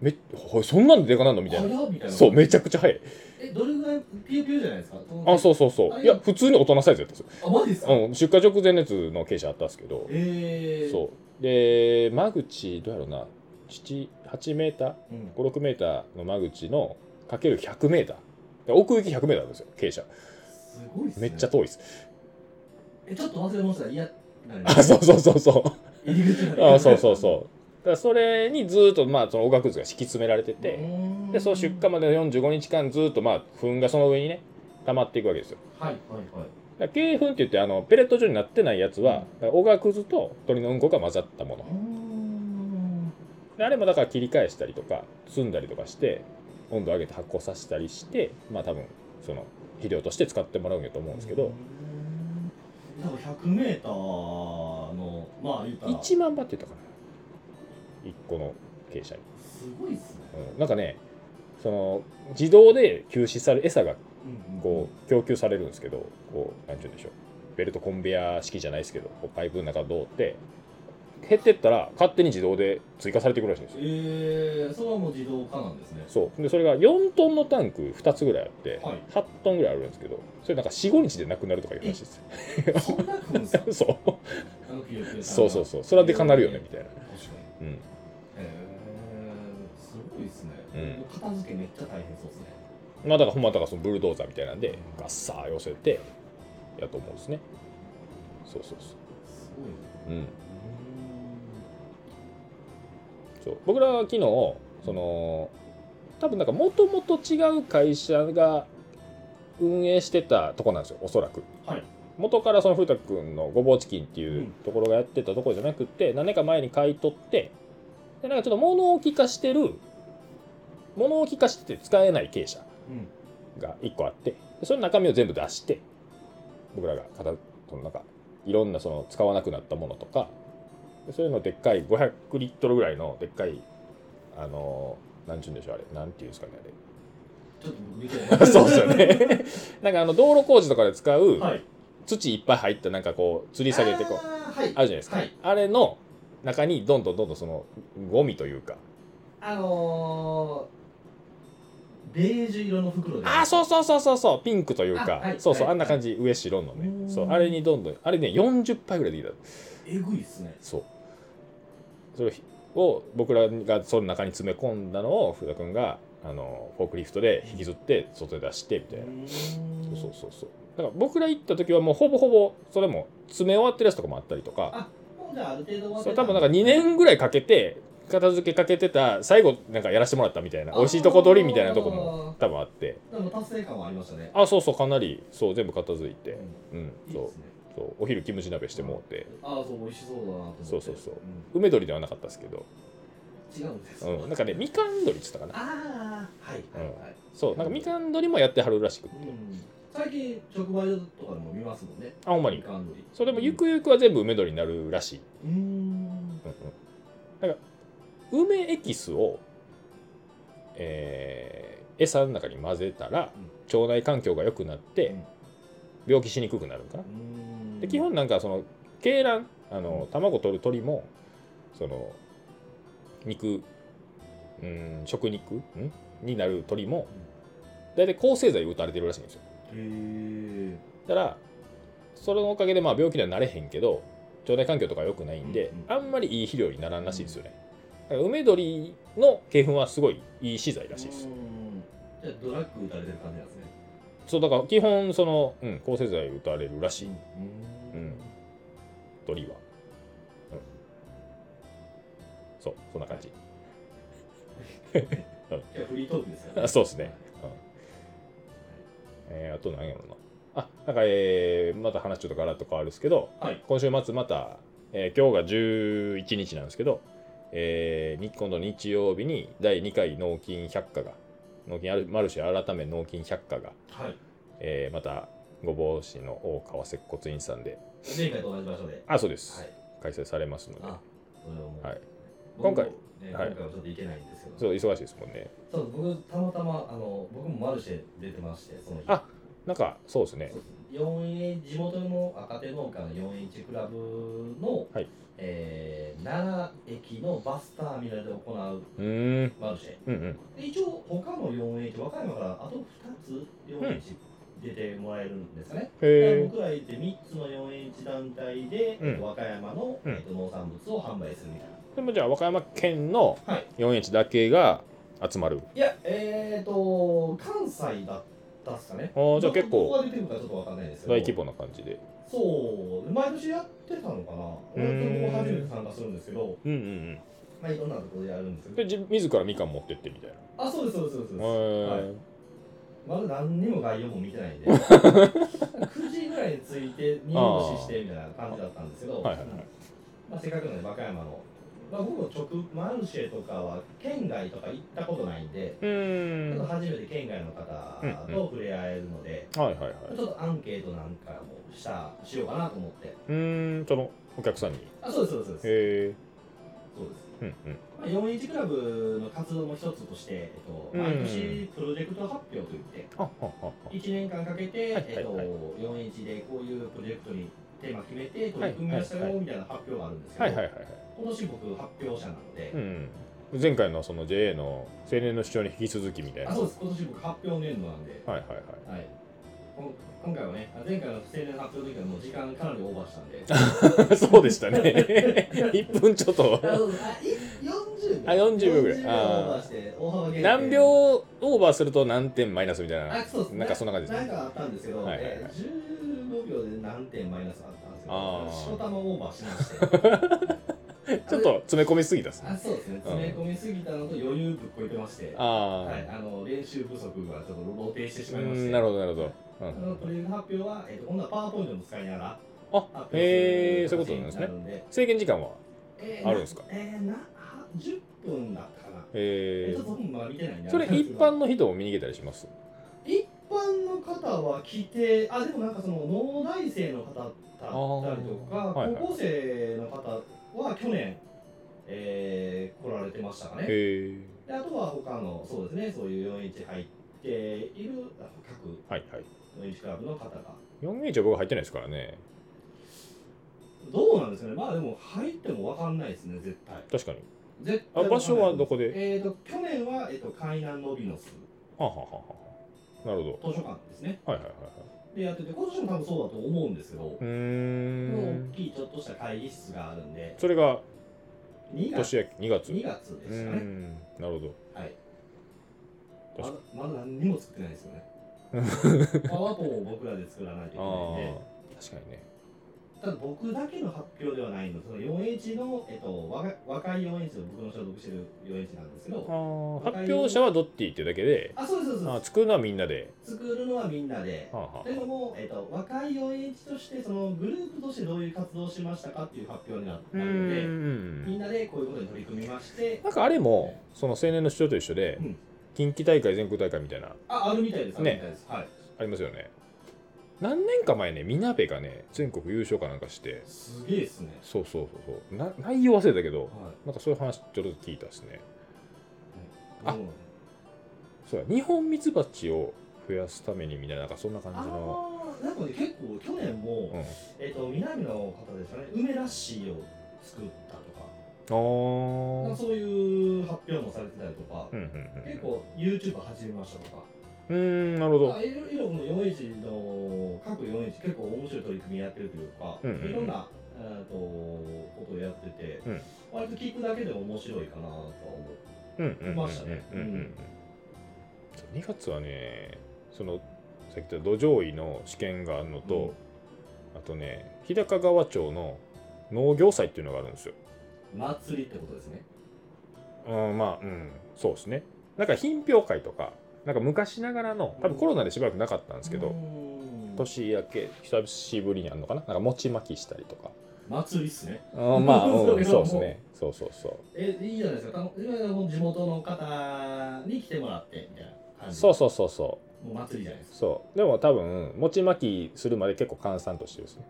[SPEAKER 2] めっほそんなんででかなんのみたいな
[SPEAKER 3] 早っみたいな
[SPEAKER 2] そうめちゃくちゃ早い
[SPEAKER 3] えどれぐらいピューピューじゃないですか
[SPEAKER 2] あそうそうそ
[SPEAKER 3] あ
[SPEAKER 2] う
[SPEAKER 3] れ
[SPEAKER 2] いや普通に大人サイズやったんですよ、
[SPEAKER 3] うあマジですか、
[SPEAKER 2] うん、出荷直前のやつの傾斜あったんですけど
[SPEAKER 3] えー、
[SPEAKER 2] そうで間口どうやろうな7 8メーター
[SPEAKER 3] うん、
[SPEAKER 2] 56メーターの間口のかける100メーターで奥行き100メーターあるんですよ傾斜
[SPEAKER 3] すごいっす
[SPEAKER 2] め
[SPEAKER 3] ね
[SPEAKER 2] っちゃ遠いです、
[SPEAKER 3] えちょっと忘れましたいや 何
[SPEAKER 2] あそうそうそうそ
[SPEAKER 3] 入り口ま
[SPEAKER 2] う
[SPEAKER 3] で
[SPEAKER 2] あそうそうそうだからそれにずーっとまあその音楽図が敷き詰められて
[SPEAKER 3] う
[SPEAKER 2] て
[SPEAKER 3] ーん
[SPEAKER 2] でその出荷までの45日間ずーっとまあ糞がその上にね溜まっていくわけですよ
[SPEAKER 3] はいはいはい
[SPEAKER 2] だから軽粉って言ってあのペレット状になってないやつはだからおがくずと鳥のうんこが混ざったもの
[SPEAKER 3] うーん
[SPEAKER 2] であれもだから切り返したりとか積んだりとかして温度上げて発酵させたりしてまあ多分その肥料として使ってもらうんやと思うんですけど、
[SPEAKER 3] うーんだから 100m のまあ言ったら
[SPEAKER 2] 1万羽って言ったかな1個の傾斜
[SPEAKER 3] すごいっすね、
[SPEAKER 2] に、うんなんかねその自動で吸収され餌が
[SPEAKER 3] うんうん
[SPEAKER 2] こう供給されるんですけどこうなんて言うんでしょうベルトコンベヤー式じゃないですけどこうパイプの中を通って減ってったら勝手に自動で追加されていくらしいんですよ
[SPEAKER 3] えー、それはもう自動化なんで すね
[SPEAKER 2] そうでそれが4トンのタンク2つぐらいあって、
[SPEAKER 3] はい
[SPEAKER 2] 8トンぐらいあるんですけどそれなんか45日でなくなるとかいう話です
[SPEAKER 3] そんな来るんですか
[SPEAKER 2] そう
[SPEAKER 3] あのピヨピヨさん
[SPEAKER 2] そ
[SPEAKER 3] が
[SPEAKER 2] うそうそうそれはでかなるよねみたいな、
[SPEAKER 3] 確かに
[SPEAKER 2] うん、
[SPEAKER 3] えー、すごいっすね、
[SPEAKER 2] うん
[SPEAKER 3] もう片付けめっちゃ大変そうですね
[SPEAKER 2] まあだからほんまだからそのブルドーザーみたいなんでガッサー寄せてやと思うんですねそうそうそ
[SPEAKER 3] す
[SPEAKER 2] う
[SPEAKER 3] ごいね
[SPEAKER 2] うん
[SPEAKER 3] うー
[SPEAKER 2] そう僕らは昨日その多分なんかもともと違う会社が運営してたとこなんですよおそらく、
[SPEAKER 3] はい
[SPEAKER 2] 元からその古田君のごぼうチキンってい
[SPEAKER 3] ん
[SPEAKER 2] うところがやってたところじゃなくて、何年か前に買い取ってでなんかちょっと物置化してる物置化してて使えない傾斜
[SPEAKER 3] ん
[SPEAKER 2] が1個あってでその中身を全部出して僕らが片そのなんかいろんなその使わなくなったものとかでそういうのでっかい500リットルぐらいのでっかいあのーなんちゅうんでしょうあれなんていうんですかね
[SPEAKER 3] ちょっと僕見て
[SPEAKER 2] あ
[SPEAKER 3] な
[SPEAKER 2] れ
[SPEAKER 3] い
[SPEAKER 2] そうですよねなんかあの道路工事とかで使う
[SPEAKER 3] はい
[SPEAKER 2] 土いっぱい入ったなんかこう吊り下げてこう
[SPEAKER 3] あー
[SPEAKER 2] あ
[SPEAKER 3] はい
[SPEAKER 2] るじゃないですか、
[SPEAKER 3] はい
[SPEAKER 2] あれの中にどんどんどんどんそのゴミというか
[SPEAKER 3] あのー、ベージュ色の袋で
[SPEAKER 2] あーそうそうそうそうそうピンクというか、
[SPEAKER 3] あはい
[SPEAKER 2] そうそう、
[SPEAKER 3] はい
[SPEAKER 2] あんな感じ上白の
[SPEAKER 3] うーん
[SPEAKER 2] ねそうあれにどんどんあれね40杯ぐらいできた
[SPEAKER 3] えぐいっすね
[SPEAKER 2] そうそれを僕らがその中に詰め込んだのを福田君があのフォークリフトで引きずって外へ出してみたいな、そうそうそうそうだから僕ら行った時はもうほぼほぼそれも詰め終わってるやつとかもあったりとか
[SPEAKER 3] もうじゃあある程度終わって
[SPEAKER 2] そ
[SPEAKER 3] た
[SPEAKER 2] う多分なんか2年ぐらいかけて片付けかけてた最後なんかやらせてもらったみたいな美味しいとこ取りみたいなとこも多分あって
[SPEAKER 3] でも達成感はありましたね
[SPEAKER 2] あそうそうかなりそう全部片付いてうん
[SPEAKER 3] いい
[SPEAKER 2] そ
[SPEAKER 3] で
[SPEAKER 2] う
[SPEAKER 3] すね
[SPEAKER 2] そうお昼キムチ鍋してもうて
[SPEAKER 3] ああそう美味しそうだなと思って
[SPEAKER 2] そうそうそうん梅鶏ではなかったですけど、
[SPEAKER 3] 違うんです
[SPEAKER 2] うん、なんかねみかん鶏って言ってたかな
[SPEAKER 3] ああはいはいはい
[SPEAKER 2] そうなんかみかん鳥もやってはるらしくて
[SPEAKER 3] うん最近直売所とかでも見ますもんね
[SPEAKER 2] あほんま
[SPEAKER 3] み
[SPEAKER 2] に
[SPEAKER 3] かんのり
[SPEAKER 2] それもゆくゆくは全部梅鳥になるらしい、
[SPEAKER 3] うーん
[SPEAKER 2] うんうん、なんか梅エキスをえー餌の中に混ぜたら腸内環境が良くなって病気しにくくなるんかな
[SPEAKER 3] うーん
[SPEAKER 2] で基本なんかその鶏卵あの卵取る鳥もその肉うん食肉んになる鳥も大体抗生剤打たれてるらしいんですよ
[SPEAKER 3] へー
[SPEAKER 2] だからそれのおかげでまあ病気にはなれへんけど腸内環境とか良くないんで、
[SPEAKER 3] うん
[SPEAKER 2] あんまりいい肥料にならんらしいんですよねだから梅鶏の鶏粉はすごいいい資材らしいです、
[SPEAKER 3] うーんじゃあドラッグ打たれてる感じなんですね
[SPEAKER 2] そうだから基本その、うん、抗生剤打たれるらしいうん鳥は、うん、そうそんな感じ
[SPEAKER 3] いやフリートークですよ、
[SPEAKER 2] あそうですね、うんえーあと何やろなあなんかえーまた話ちょっとガラッと変わるんですけど、
[SPEAKER 3] はい
[SPEAKER 2] 今週末また、えー今日が11日なんですけど、えー日今度日曜日に第2回納金百科が納金あるマルシェ改め納金百科が、
[SPEAKER 3] はい
[SPEAKER 2] えーまたごぼう市の大川接骨院さんで
[SPEAKER 3] 前回と同じ場所で
[SPEAKER 2] あそうです、
[SPEAKER 3] はい
[SPEAKER 2] 開催されますので
[SPEAKER 3] あそれはもう、
[SPEAKER 2] はい
[SPEAKER 3] 僕も
[SPEAKER 2] 今回
[SPEAKER 3] ね、今
[SPEAKER 2] はい
[SPEAKER 3] 回はちょっと行けないんですけど、
[SPEAKER 2] そう忙しいですもんね
[SPEAKER 3] そう僕たまたまあの僕もマルシェ出てましてその日
[SPEAKER 2] あなんかそうですね
[SPEAKER 3] そう 4A 地元の若手農家の 4H クラブの、
[SPEAKER 2] はい
[SPEAKER 3] えー奈良駅のバスターミナルで行う
[SPEAKER 2] うーん
[SPEAKER 3] マルシェ
[SPEAKER 2] うんうん
[SPEAKER 3] で一応他の 4H 和歌山からあと2つ 4H 出てもらえるんですかね、で
[SPEAKER 2] へえ
[SPEAKER 3] 僕ら行って3つの 4H 団体で、
[SPEAKER 2] うん
[SPEAKER 3] えっと和歌山の、
[SPEAKER 2] うん
[SPEAKER 3] えっと農産物を販売するみたいな
[SPEAKER 2] でもじゃあ和歌山県の
[SPEAKER 3] はい
[SPEAKER 2] 4H だけが集まる
[SPEAKER 3] いやえっ、ー、と関西だったっすかね
[SPEAKER 2] あーじゃあ結構
[SPEAKER 3] どこが出てるかちょっとわかんないですけど
[SPEAKER 2] 大規模な感じで
[SPEAKER 3] そう毎年やってたのかな
[SPEAKER 2] う
[SPEAKER 3] 俺
[SPEAKER 2] ん
[SPEAKER 3] も初めて参加するんですけど
[SPEAKER 2] うんうん
[SPEAKER 3] まあいろんなところでやるんです
[SPEAKER 2] うん
[SPEAKER 3] け
[SPEAKER 2] で
[SPEAKER 3] ど
[SPEAKER 2] じ自らみかん持ってってみたいなへ
[SPEAKER 3] あそうですそうですそうです、はい
[SPEAKER 2] え
[SPEAKER 3] まだ何にも概要も見てないん で9時ぐらいに着いて入試してみたいな感じだったんですけ
[SPEAKER 2] は
[SPEAKER 3] ど、
[SPEAKER 2] いはいはい
[SPEAKER 3] まあ、せっかくなんで和歌山の、まあ、僕も直マルシェとかは県外とか行ったことないんで、
[SPEAKER 2] う
[SPEAKER 3] ちょ
[SPEAKER 2] ー
[SPEAKER 3] っ
[SPEAKER 2] ん
[SPEAKER 3] と
[SPEAKER 2] は
[SPEAKER 3] 初めて県外の方と触れ合えるので、
[SPEAKER 2] いはいはい
[SPEAKER 3] ちょっとアンケートなんかもしたしようかなと思って
[SPEAKER 2] うーんそのお客さんに
[SPEAKER 3] あそうですそうですそうです
[SPEAKER 2] へえ
[SPEAKER 3] そうです
[SPEAKER 2] うんうん
[SPEAKER 3] まあ、4H クラブの活動の一つとして、えっと、
[SPEAKER 2] うん
[SPEAKER 3] 毎年プロジェクト発表といって、
[SPEAKER 2] あははは
[SPEAKER 3] 1年間かけて、
[SPEAKER 2] はい
[SPEAKER 3] えっと
[SPEAKER 2] はい
[SPEAKER 3] 4H でこういうプロジェクトにテーマ決めて取り組みました
[SPEAKER 2] はいは
[SPEAKER 3] よみたいな発表があるんですけど、
[SPEAKER 2] はいはいはいはい
[SPEAKER 3] 今年僕発表者なので、
[SPEAKER 2] うん前回のその JA の青年の主張に引き続きみたいな
[SPEAKER 3] あ
[SPEAKER 2] は
[SPEAKER 3] そうです今年僕発表年度なんで、
[SPEAKER 2] いはいはい
[SPEAKER 3] はい、こん今回はねあ前回の青年発表の時はもう時間かなりオーバーした んで
[SPEAKER 2] そうでしたね。1分ちょっと。
[SPEAKER 3] あそうですあい40秒
[SPEAKER 2] あ40秒ぐらい
[SPEAKER 3] 40秒オーバーして大幅減点
[SPEAKER 2] 何秒オーバーすると何点マイナスみたい
[SPEAKER 3] あ
[SPEAKER 2] な。
[SPEAKER 3] そうです
[SPEAKER 2] なんかそんな感じです
[SPEAKER 3] なん
[SPEAKER 2] ね。
[SPEAKER 3] かあったんですけど、
[SPEAKER 2] はいはいはい
[SPEAKER 3] えー15秒で何点マイナスあったんです
[SPEAKER 2] あ
[SPEAKER 3] けど
[SPEAKER 2] ー、
[SPEAKER 3] しこたまオーバーしまして、
[SPEAKER 2] ちょっと詰め込みすぎたっすね。
[SPEAKER 3] あそうですね、詰め込みすぎたのと余裕ぶっこいてまして、
[SPEAKER 2] あ
[SPEAKER 3] はい、あの練習不足がちょっと露呈して
[SPEAKER 2] あ。
[SPEAKER 3] し
[SPEAKER 2] う
[SPEAKER 3] まいまし
[SPEAKER 2] ん
[SPEAKER 3] て、
[SPEAKER 2] なるほどなるほど。う
[SPEAKER 3] あの
[SPEAKER 2] ん
[SPEAKER 3] プレゼン発表は、えっと今度はパワーポイントも使いながら
[SPEAKER 2] あ
[SPEAKER 3] 発、
[SPEAKER 2] へ
[SPEAKER 3] 表
[SPEAKER 2] え、
[SPEAKER 3] す
[SPEAKER 2] そうい
[SPEAKER 3] る
[SPEAKER 2] うことなんですね
[SPEAKER 3] 形。になるんで
[SPEAKER 2] 制限時間は
[SPEAKER 3] え
[SPEAKER 2] あるんですか
[SPEAKER 3] えー、なあ10分だったかな、え
[SPEAKER 2] え
[SPEAKER 3] ちょっと
[SPEAKER 2] ー
[SPEAKER 3] 僕もまだ見てないんで
[SPEAKER 2] それ一般
[SPEAKER 3] の
[SPEAKER 2] の人も見に行けたりします
[SPEAKER 3] 一般の方は来てあでもなんかその農大生の方だったりと
[SPEAKER 2] あ
[SPEAKER 3] か
[SPEAKER 2] ーはいはい
[SPEAKER 3] 高校生の方は去年、えー来られてましたかね
[SPEAKER 2] へえ。
[SPEAKER 3] であとは他のそうですねそういう4 h 入っているあ各
[SPEAKER 2] はいはい。
[SPEAKER 3] 4 h クラブの方が
[SPEAKER 2] 4H は僕入ってないですからね。
[SPEAKER 3] どうなんですかねまあでも入っても分かんないですね絶対
[SPEAKER 2] 確かに。
[SPEAKER 3] 絶
[SPEAKER 2] あ
[SPEAKER 3] 対
[SPEAKER 2] 場所はどこで
[SPEAKER 3] えっ、と去年は、えっと海南のビノス
[SPEAKER 2] はあはあはあはあ。なるほ
[SPEAKER 3] 図書館ですね
[SPEAKER 2] ど。はいはいはいはい。
[SPEAKER 3] でやってて今年も多分そうだと思うんですけど、
[SPEAKER 2] うー
[SPEAKER 3] 大
[SPEAKER 2] ん。
[SPEAKER 3] きいちょっとした会議室があるんで、
[SPEAKER 2] それが
[SPEAKER 3] 2
[SPEAKER 2] 年明
[SPEAKER 3] 月
[SPEAKER 2] け2月。
[SPEAKER 3] 2月
[SPEAKER 2] う
[SPEAKER 3] でしたね。
[SPEAKER 2] ん。なるほど。
[SPEAKER 3] はい。
[SPEAKER 2] 確
[SPEAKER 3] ま
[SPEAKER 2] か
[SPEAKER 3] だまだ何にも作ってないですよね。 パワーポンを僕らで作らないといけないん
[SPEAKER 2] あ
[SPEAKER 3] で、
[SPEAKER 2] あ確かにね
[SPEAKER 3] ただ僕だけの発表ではないので、その 4H の、えっと、若若い 4H の僕の所属してる 4H なんですけど、
[SPEAKER 2] あ発表者はドッティっていうだけで
[SPEAKER 3] あ、そうです、そう
[SPEAKER 2] あ
[SPEAKER 3] で。
[SPEAKER 2] 作るのはみんなです
[SPEAKER 3] 作るのはみんなで、
[SPEAKER 2] はあは
[SPEAKER 3] というのも、えっと、若い 4H として、そのグループとしてどういう活動をしましたかっていう発表にな
[SPEAKER 2] あう
[SPEAKER 3] なるので、みん
[SPEAKER 2] ん
[SPEAKER 3] なでこういうことに取り組みまして、
[SPEAKER 2] なんかあれもその青年の主張と一緒で
[SPEAKER 3] うん
[SPEAKER 2] 近畿大会全国大会みたいな
[SPEAKER 3] あ、あるみたいです、あるみたいです。はい。
[SPEAKER 2] ありますよね何年か前ねみなべがね全国優勝かなんかして
[SPEAKER 3] すげえですね。
[SPEAKER 2] そうそうそうそうな内容忘れたけど
[SPEAKER 3] はい。
[SPEAKER 2] なんかそういう話ちょっと聞いたですねあ
[SPEAKER 3] そう
[SPEAKER 2] そうや日本ミツバチを増やすためにみたいななんかそんな感じの
[SPEAKER 3] ああ、なんかね、結構去年も、
[SPEAKER 2] うん
[SPEAKER 3] えっ、と、南の方ですかね、梅ラッシーを作ったとか。なん
[SPEAKER 2] あ
[SPEAKER 3] かそういう発表もされてたりとか、
[SPEAKER 2] あうんうん
[SPEAKER 3] 結構 YouTube 始めましたとか。
[SPEAKER 2] うんうんなるほど
[SPEAKER 3] あいろいろこの 4H の各 4H 結構面白い取り組みやってるというか、
[SPEAKER 2] うんうん
[SPEAKER 3] いろんな。えーとことをやってて、
[SPEAKER 2] うん
[SPEAKER 3] 割と聞くだけでも面白いかなとは思
[SPEAKER 2] う
[SPEAKER 3] う。
[SPEAKER 2] んうんうんうんうん
[SPEAKER 3] ましたね
[SPEAKER 2] うんうんそう2月はねそのさっき言った土壌医の試験があるのと、あとね日高川町の農業祭っていうのがあるんですよ。
[SPEAKER 3] 祭りってことですね。
[SPEAKER 2] うん、まあうんそうですね。なんか品評会とかなんか昔ながらの多分コロナでしばらくなかったんですけど、
[SPEAKER 3] うん
[SPEAKER 2] 年明け久しぶりにあるのかななんか餅巻きしたりとか。
[SPEAKER 3] 祭りっすね。
[SPEAKER 2] うん、まあ、うん、そうで
[SPEAKER 3] そうです
[SPEAKER 2] すね。そうそうそう。
[SPEAKER 3] えいいじゃないですかたいわゆる地元の方に来てもらってみたいな感じ
[SPEAKER 2] そうそうそうそう
[SPEAKER 3] もう祭りじゃないですか
[SPEAKER 2] そうでも多分餅巻きするまで結構閑散としてるんですね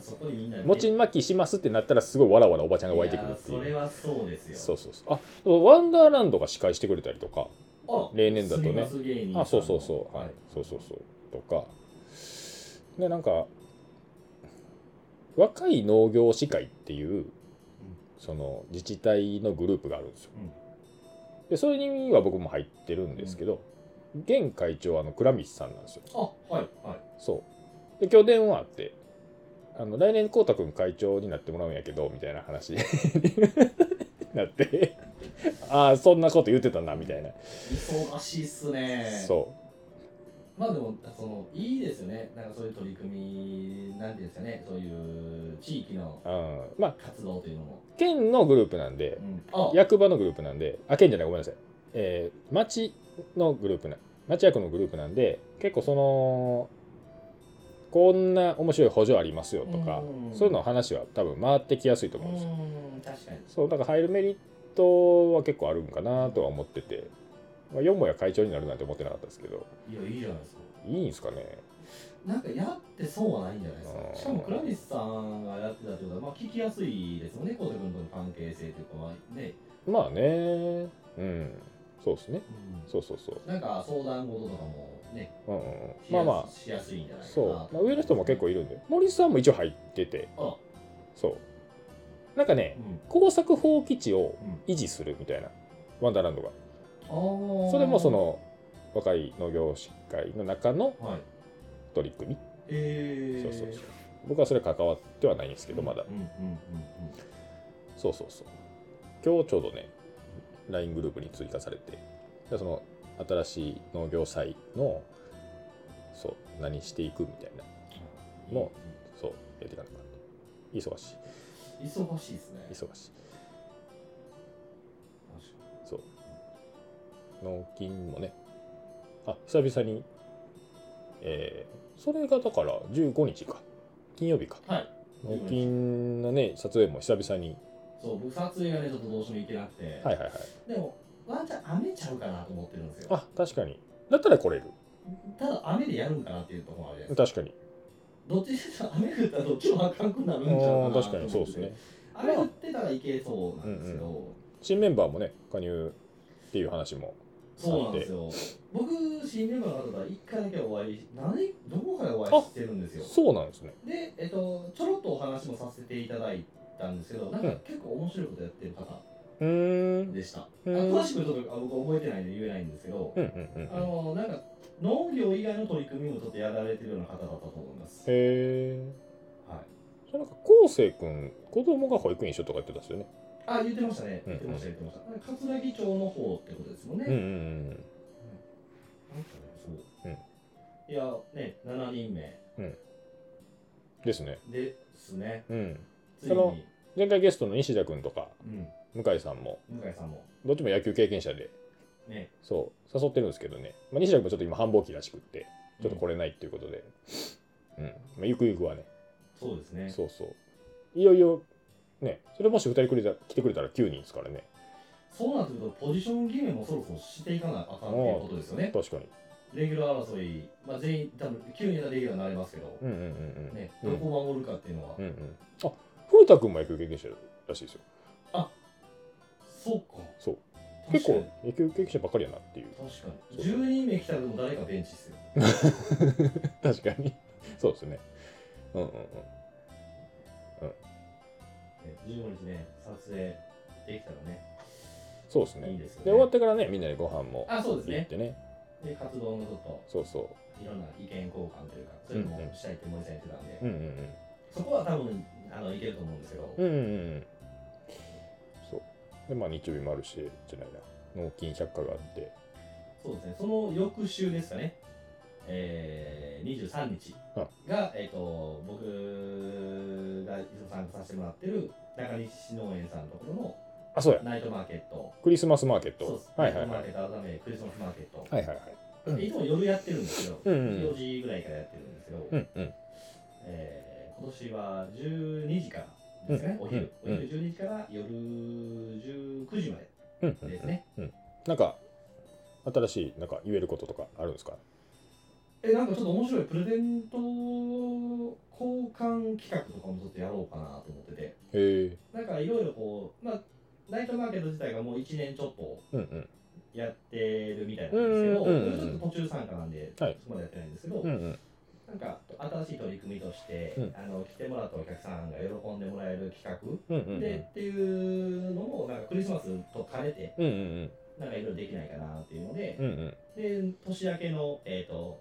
[SPEAKER 3] そこにみんなで
[SPEAKER 2] 餅巻きしますってなったらすごいわらわらおばちゃんが湧いてくるっていう
[SPEAKER 3] やそれはそうですよ
[SPEAKER 2] そうそうそうあワンダーランドが司会してくれたりとか
[SPEAKER 3] あ
[SPEAKER 2] 例年だとね
[SPEAKER 3] すみます芸人さんの
[SPEAKER 2] あそうそうそう、はい
[SPEAKER 3] はい、
[SPEAKER 2] そうそうそうとかでなんか若い農業士会っていうその自治体のグループがあるんですよ。でそれには僕も入ってるんですけど、現会長はあの倉光さんなんですよ。
[SPEAKER 3] あはいはい
[SPEAKER 2] そうで今日電話あってあの来年こうたくん会長になってもらうんやけどみたいな話 になってああそんなこと言ってたなみたいな、
[SPEAKER 3] 忙しいっすね
[SPEAKER 2] そう
[SPEAKER 3] まあでもそのいいですよねなんかそういう取り組みなんていうんですかねそういう地域の
[SPEAKER 2] うんまあ
[SPEAKER 3] 活動というのも、
[SPEAKER 2] 県のグループなん
[SPEAKER 3] う
[SPEAKER 2] で
[SPEAKER 3] ん、あ
[SPEAKER 2] 役場のグループなんであ県じゃないごめんなさい、えー町のグループな町役のグループなんで結構そのこんな面白い補助ありますよとか
[SPEAKER 3] うん
[SPEAKER 2] そういうの話は多分回ってきやすいと
[SPEAKER 3] う
[SPEAKER 2] 思うんですよ
[SPEAKER 3] ーん確かに
[SPEAKER 2] そうだから入るメリットは結構あるんかなとは思ってて、まあ、よもや会長になるなんて思ってなかったですけど
[SPEAKER 3] いやいいじゃないですか
[SPEAKER 2] いいんですかね
[SPEAKER 3] なんかやってそうはないんじゃないです
[SPEAKER 2] あー
[SPEAKER 3] かしかも倉光さんがやってたってことは、まあ、聞きやすいですもんねコウテ君との関係性というかまあね、
[SPEAKER 2] まあねうんそうですね
[SPEAKER 3] うん
[SPEAKER 2] そうそうそう
[SPEAKER 3] なんか相談事とかもね
[SPEAKER 2] うんうんうん
[SPEAKER 3] し
[SPEAKER 2] ま
[SPEAKER 3] や
[SPEAKER 2] あ
[SPEAKER 3] す
[SPEAKER 2] ま
[SPEAKER 3] しやすいんじゃ
[SPEAKER 2] あ
[SPEAKER 3] ないかな
[SPEAKER 2] そう、まあ、上の人も結構い
[SPEAKER 3] る
[SPEAKER 2] るんで森さんも一応入ってて
[SPEAKER 3] あ
[SPEAKER 2] そうなんかね
[SPEAKER 3] うん
[SPEAKER 2] 耕作放棄地を
[SPEAKER 3] うん
[SPEAKER 2] 維持するみたいなワンダーランドが
[SPEAKER 3] あー
[SPEAKER 2] それもその若い農業士会の中の
[SPEAKER 3] はい
[SPEAKER 2] 取り組み
[SPEAKER 3] え
[SPEAKER 2] そ
[SPEAKER 3] ー、
[SPEAKER 2] うそうそう僕はそれ関わってはないんですけどまだ
[SPEAKER 3] うんうんうんうん
[SPEAKER 2] そうそうそう。今日ちょうどね、LINE グループに追加されて、でその新しい農業祭の、そう、何していくみたいな、
[SPEAKER 3] うん
[SPEAKER 2] もそう、やっていかなくなって。忙し
[SPEAKER 3] うん忙しいですね
[SPEAKER 2] い、忙しい。そう。納金もね、あ、久々に、えー、それがだから15日か、金曜日か。
[SPEAKER 3] はい
[SPEAKER 2] 納金のね、撮影も久々に、
[SPEAKER 3] そう僕撮影がねちょっとどうしても行けなくて、
[SPEAKER 2] はいはいはい。
[SPEAKER 3] でもワンチャン雨ちゃうかなと思ってるんですよ
[SPEAKER 2] あ、確かに。だったら来れる。
[SPEAKER 3] ただ雨でやるんかなっていうところもあるじゃないですか
[SPEAKER 2] 確かに。
[SPEAKER 3] どっちにしろ雨降ったらどっちもあかんくなるんじゃ
[SPEAKER 2] あ
[SPEAKER 3] う
[SPEAKER 2] あ
[SPEAKER 3] かな
[SPEAKER 2] 確かにそうですね
[SPEAKER 3] 雨降ってたらいけそうなんですけど、
[SPEAKER 2] 新メンバーもね加入っていう話も
[SPEAKER 3] そうなんですよ僕新メンバーの方が1回だけお会い何どこかでお会いしてるんですよ
[SPEAKER 2] そうなんですね
[SPEAKER 3] で、えっと、ちょろっとお話もさせていただいたんですけどなんか
[SPEAKER 2] うん
[SPEAKER 3] 結構面白いことやってる方
[SPEAKER 2] うーん
[SPEAKER 3] でした、
[SPEAKER 2] うん
[SPEAKER 3] あ詳しくちょっとあ僕覚えてないんで言えないんですけど、
[SPEAKER 2] うんうんうん
[SPEAKER 3] あ
[SPEAKER 2] うんへ
[SPEAKER 3] のなんか農業以外の取り組みもちょっとやられてるような方だったと思います、はい、
[SPEAKER 2] えそれなんか昴生君子供が保育園一緒とか言ってたっすよね
[SPEAKER 3] あ言ってましたね
[SPEAKER 2] うん
[SPEAKER 3] 言ってました言ってましたなんか桂木町の方ってことですもんね、
[SPEAKER 2] うんうん
[SPEAKER 3] なんかねそ
[SPEAKER 2] う
[SPEAKER 3] う、
[SPEAKER 2] ん
[SPEAKER 3] いやね7人目
[SPEAKER 2] うんですね
[SPEAKER 3] ですね
[SPEAKER 2] うん
[SPEAKER 3] つい
[SPEAKER 2] そ
[SPEAKER 3] に、
[SPEAKER 2] の前回ゲストの西田君とか
[SPEAKER 3] うん、
[SPEAKER 2] 向井さんも
[SPEAKER 3] 向井さんも
[SPEAKER 2] どっちも野球経験者で
[SPEAKER 3] ね
[SPEAKER 2] そう誘ってるんですけどね、まあ、西田君もちょっと今繁忙期らしくってちょっと
[SPEAKER 3] れ、
[SPEAKER 2] 来れないっていうことで、うんまあ、ゆくゆくはね
[SPEAKER 3] うんそうですね
[SPEAKER 2] そうそういよいよねそれもし2人くれた来てくれたら9人ですからね
[SPEAKER 3] そうなってくるとポジション決めもそろそろしていかなあかんっていうことですよね
[SPEAKER 2] 確かに
[SPEAKER 3] レギュラー争い、まあ、全員多分9人はレギュラーになりますけど、
[SPEAKER 2] うんうんうんうん
[SPEAKER 3] ね
[SPEAKER 2] う
[SPEAKER 3] ど
[SPEAKER 2] ん
[SPEAKER 3] こを守るかっていうのは、
[SPEAKER 2] うんうん、あ古田君も野球経験者らしいですよ
[SPEAKER 3] そうか
[SPEAKER 2] そう
[SPEAKER 3] 確かに
[SPEAKER 2] 結構野球経験者ばっかりやなっていう
[SPEAKER 3] 確かに10人目来たらでも誰かベンチっすよ
[SPEAKER 2] 確かにそうですねうんうんうん
[SPEAKER 3] ね15日ね撮影できたらね
[SPEAKER 2] そうですね
[SPEAKER 3] いいですよね
[SPEAKER 2] で終わってからねみんなでご飯も
[SPEAKER 3] あそうです
[SPEAKER 2] 行っ
[SPEAKER 3] ね
[SPEAKER 2] てね
[SPEAKER 3] で活動のちょっと
[SPEAKER 2] そうそ
[SPEAKER 3] いろんな意見交換というか、そういうのもしたいって森さん言ってたんで、
[SPEAKER 2] ううんうん
[SPEAKER 3] そこは多分あのいけると思うんですけど、
[SPEAKER 2] うんうんうんうんそうでまあ日曜日もあるしじゃないな納金百科があって
[SPEAKER 3] そうですね、その翌週ですかね、えー、23日が、えー、と僕がいつも参加させてもらってる中西農園さんのところの
[SPEAKER 2] あそうや
[SPEAKER 3] ナイトマーケット、
[SPEAKER 2] クリスマスマーケッ
[SPEAKER 3] そうで
[SPEAKER 2] ト
[SPEAKER 3] す
[SPEAKER 2] はいはい
[SPEAKER 3] ナ
[SPEAKER 2] は
[SPEAKER 3] イ
[SPEAKER 2] い
[SPEAKER 3] トマーケット改めクリスマスマーケット、
[SPEAKER 2] はいはいはいうん
[SPEAKER 3] でいつも夜やってるんですよ、
[SPEAKER 2] うんうん
[SPEAKER 3] 4時ぐらいからやってるんですけど、
[SPEAKER 2] うんうん
[SPEAKER 3] えー今年は12時からですね、
[SPEAKER 2] うん
[SPEAKER 3] お昼、
[SPEAKER 2] うん
[SPEAKER 3] お昼12時から夜19時まで。
[SPEAKER 2] うんうん
[SPEAKER 3] ですね。
[SPEAKER 2] なんか新しいなんか言えることとかあるんですか
[SPEAKER 3] え、なんかちょっと面白いプレゼント交換企画とかもちょっとやろうかなと思ってて、
[SPEAKER 2] へえ
[SPEAKER 3] なんかいろいろこう、まあ、ナイトマーケット自体がもう1年ちょっと
[SPEAKER 2] うんうん
[SPEAKER 3] やってるみたいなんですけど、
[SPEAKER 2] うんうんうん
[SPEAKER 3] ちょっと途中参加なんで、
[SPEAKER 2] はい
[SPEAKER 3] そこまでやってないんですけど、
[SPEAKER 2] うんうん
[SPEAKER 3] なんかなんか新しい取り組みとして、
[SPEAKER 2] うん
[SPEAKER 3] あの来てもらったお客さんが喜んでもらえる企画
[SPEAKER 2] うんうんうん
[SPEAKER 3] でっていうのもなんかクリスマスと兼ねて
[SPEAKER 2] うんうん
[SPEAKER 3] なんかいろいろできないかなっていうので
[SPEAKER 2] うんう、んうん
[SPEAKER 3] で年明けのえっ、と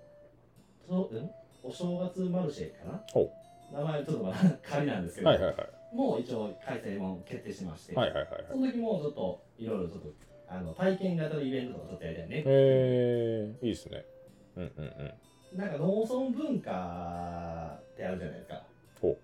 [SPEAKER 3] そうんお正月マルシェかな
[SPEAKER 2] ほ
[SPEAKER 3] 名前ちょっとまだ 仮なんですけど、
[SPEAKER 2] はいはいはい
[SPEAKER 3] もう一応開催も決定しまして、
[SPEAKER 2] はいはいはいはい
[SPEAKER 3] その時もちょっといろいろちょっとあの体験型のイベントとかちょっとやりたいね、
[SPEAKER 2] えー、いいですねうんうんうん
[SPEAKER 3] なんか農村文化ってあるじゃないですか
[SPEAKER 2] ほ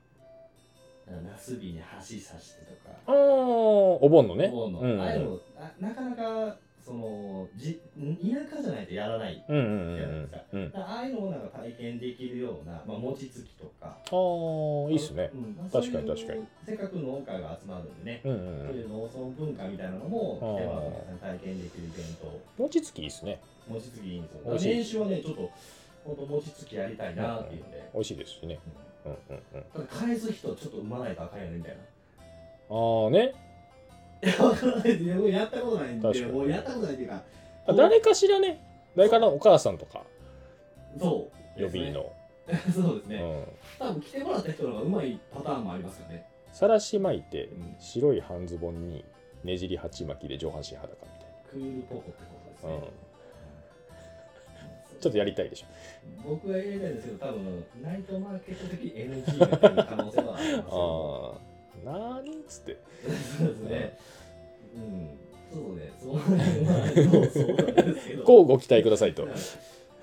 [SPEAKER 3] なんかナスビに箸刺してとか
[SPEAKER 2] ああお盆のね
[SPEAKER 3] 思うの、
[SPEAKER 2] うんうん
[SPEAKER 3] ああいうのあなかなかそのじ田舎じゃないとやらない
[SPEAKER 2] うんうんうんうんうん
[SPEAKER 3] だからああいうのをなんか体験できるような、まあ、餅つきとか
[SPEAKER 2] ああいいっすね
[SPEAKER 3] うんまあ
[SPEAKER 2] 確かに
[SPEAKER 3] そうい
[SPEAKER 2] 確
[SPEAKER 3] う
[SPEAKER 2] かに
[SPEAKER 3] せっかく農家が集まるんでね、
[SPEAKER 2] うんう
[SPEAKER 3] そうん
[SPEAKER 2] う
[SPEAKER 3] い
[SPEAKER 2] ん
[SPEAKER 3] う農村文化みたいなのも来てもらうお客さんに体験できるイベント
[SPEAKER 2] 餅つきいいっすね
[SPEAKER 3] 餅つきいいんですよ
[SPEAKER 2] 美味しい
[SPEAKER 3] 年始はねちょっと本当餅つきやりたいなっていうんで、
[SPEAKER 2] 美味しいですしね
[SPEAKER 3] うん
[SPEAKER 2] うんうんうん
[SPEAKER 3] ただ返す人ちょっと産まないとあかんよねみたいな。
[SPEAKER 2] ああね
[SPEAKER 3] いや、分からないですもうやったことないん
[SPEAKER 2] 確
[SPEAKER 3] で、
[SPEAKER 2] かに
[SPEAKER 3] もうやったことないっていうか、
[SPEAKER 2] あ誰かしらね誰かのお母さんとか
[SPEAKER 3] そう。
[SPEAKER 2] 予備の、
[SPEAKER 3] です ね。そうです
[SPEAKER 2] う
[SPEAKER 3] ね。
[SPEAKER 2] ん、
[SPEAKER 3] 多分来てもらった人の方がうまいパターンもありますよね。
[SPEAKER 2] さらし巻いて
[SPEAKER 3] うん
[SPEAKER 2] 白い半ズボンにねじり鉢巻きで上半身裸みたい
[SPEAKER 3] クールポコってことです
[SPEAKER 2] な、うん
[SPEAKER 3] ね。、
[SPEAKER 2] ちょっとやりたいでしょ
[SPEAKER 3] 僕はやりたいんですけど、多分ナイトマーケット的 NG が出る可能性はありますよ。
[SPEAKER 2] ああなーにっつって
[SPEAKER 3] そうですね。うん。そうね。そうね。まあ、どうそうなんですけど。
[SPEAKER 2] こうご期待くださいと
[SPEAKER 3] うん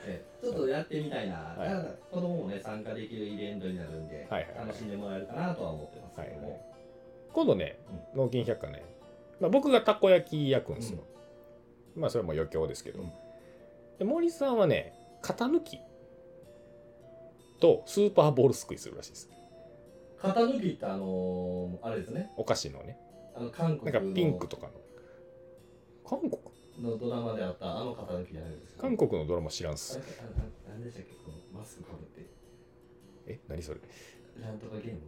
[SPEAKER 3] えちょっとやってみたいな、
[SPEAKER 2] い
[SPEAKER 3] なんか子供もね参加できるイベントになるんで、
[SPEAKER 2] はいはいはい
[SPEAKER 3] 楽しんでもらえるかなとは思ってますけども、
[SPEAKER 2] はい今度ね納金百科ね、まあ、僕がたこ焼き焼くんですよ、まあそれはもう余興ですけど、
[SPEAKER 3] うん
[SPEAKER 2] で森さんはね型抜きとスーパーボールすくいするらしいです
[SPEAKER 3] 型抜きってあのーあれですね
[SPEAKER 2] お菓子のね
[SPEAKER 3] あの韓
[SPEAKER 2] な
[SPEAKER 3] 国
[SPEAKER 2] んか
[SPEAKER 3] の
[SPEAKER 2] ピンクとかの韓国
[SPEAKER 3] のドラマであったあの型抜きじゃないですか
[SPEAKER 2] 韓国のドラマ知らんっ
[SPEAKER 3] あ
[SPEAKER 2] す
[SPEAKER 3] れあなんでしたっけこのマスクかぶって
[SPEAKER 2] え何それ
[SPEAKER 3] なんとかゲーム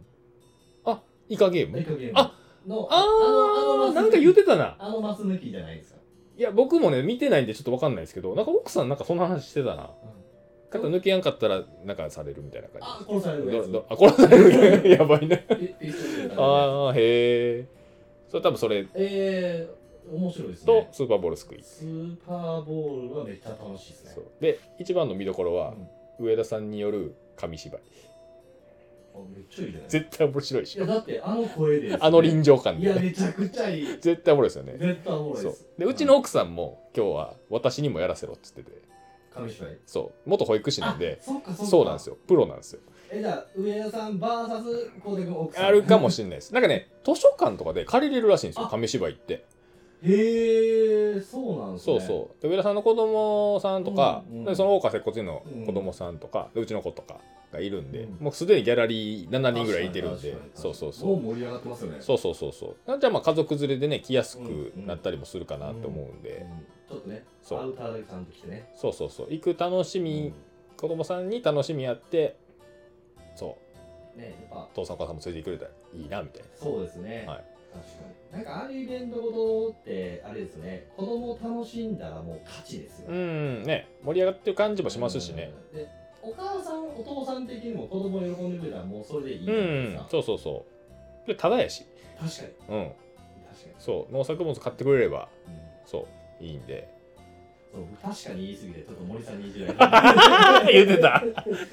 [SPEAKER 2] あイカゲーム
[SPEAKER 3] メイクゲーム
[SPEAKER 2] あ
[SPEAKER 3] の
[SPEAKER 2] あ
[SPEAKER 3] の
[SPEAKER 2] ー
[SPEAKER 3] マス
[SPEAKER 2] なんか言うてたな
[SPEAKER 3] あのマス抜きじゃないですか、
[SPEAKER 2] いや僕もね見てないんでちょっとわかんないですけどなんか奥さんなんかそんな話してたな
[SPEAKER 3] うん
[SPEAKER 2] 肩抜けやんかったらなんかされるみたいな感
[SPEAKER 3] あ
[SPEAKER 2] じ
[SPEAKER 3] 殺されるや
[SPEAKER 2] ど
[SPEAKER 3] つ
[SPEAKER 2] どあ殺される やばいね
[SPEAKER 3] ピピストルで撃たれるやつ
[SPEAKER 2] ああへえそれ多分それ
[SPEAKER 3] えー、面白いです
[SPEAKER 2] と
[SPEAKER 3] ね
[SPEAKER 2] スーパーボールすくい
[SPEAKER 3] スーパーボールはめっちゃ楽しいですね
[SPEAKER 2] そうで一番の見どころは
[SPEAKER 3] うん
[SPEAKER 2] 上田さんによる紙芝居
[SPEAKER 3] あめっちゃいいじゃない
[SPEAKER 2] 絶対面白い
[SPEAKER 3] い
[SPEAKER 2] し
[SPEAKER 3] やだってあの声です、
[SPEAKER 2] あの臨場感
[SPEAKER 3] いや
[SPEAKER 2] で
[SPEAKER 3] めちゃくちゃいい
[SPEAKER 2] 絶対おもろいですよね
[SPEAKER 3] 絶対おもろい
[SPEAKER 2] そ
[SPEAKER 3] で
[SPEAKER 2] う
[SPEAKER 3] す
[SPEAKER 2] でうちの奥さんも今日は私にもやらせろっつってて
[SPEAKER 3] 紙芝居
[SPEAKER 2] そう元保育士なんで
[SPEAKER 3] そっかそっか
[SPEAKER 2] そうなんです
[SPEAKER 3] よ
[SPEAKER 2] よプロなんですよ
[SPEAKER 3] えじゃあ上田さん VS 浩く君奥さん
[SPEAKER 2] あるかもしれないですなんかね図書館とかで借りれるらしいんですよ
[SPEAKER 3] あ
[SPEAKER 2] 紙芝居って
[SPEAKER 3] へえそうなんです
[SPEAKER 2] そ
[SPEAKER 3] ね
[SPEAKER 2] うそうで上田さんの子供さんとか、
[SPEAKER 3] うんうん
[SPEAKER 2] でその大川接骨院の子供さんとか、でうちの子とかがいるんで、
[SPEAKER 3] うん
[SPEAKER 2] もうすでにギャラリー7
[SPEAKER 3] 確か
[SPEAKER 2] 人
[SPEAKER 3] に
[SPEAKER 2] ぐらいいてるんで
[SPEAKER 3] 確かに確か
[SPEAKER 2] そう
[SPEAKER 3] に
[SPEAKER 2] そうそう
[SPEAKER 3] もう盛り上がってますよね
[SPEAKER 2] そうそうそうそうなんじゃまあ家族連れでね来やすくなったりもするかなと思うんで、
[SPEAKER 3] うんちょっとね
[SPEAKER 2] そう
[SPEAKER 3] アウターだけちゃんと来てね
[SPEAKER 2] そうそうそう行く楽しみ、子供さんに楽しみやってそう
[SPEAKER 3] うんねやっぱ
[SPEAKER 2] 父さんお母さんも連れてくれたらいいなみたい
[SPEAKER 3] そうですね、
[SPEAKER 2] はい
[SPEAKER 3] 確かになんかああいうイベントごとってあれですね子供楽しんだらもう勝ちですよ
[SPEAKER 2] なうんね盛り上がってる感じもしますしね
[SPEAKER 3] うんでお母さんお父さん的にも子供喜んでくれたらもうそれでいいじ
[SPEAKER 2] う
[SPEAKER 3] ゃ
[SPEAKER 2] ん
[SPEAKER 3] ないですか、
[SPEAKER 2] そうそうそうでただやし
[SPEAKER 3] 確かに
[SPEAKER 2] うん
[SPEAKER 3] 確かに、
[SPEAKER 2] そう農作物買ってくれれば
[SPEAKER 3] うん
[SPEAKER 2] そういいんで
[SPEAKER 3] そう僕確かに言い過ぎてちょっと森さんに言いづ
[SPEAKER 2] 言ってた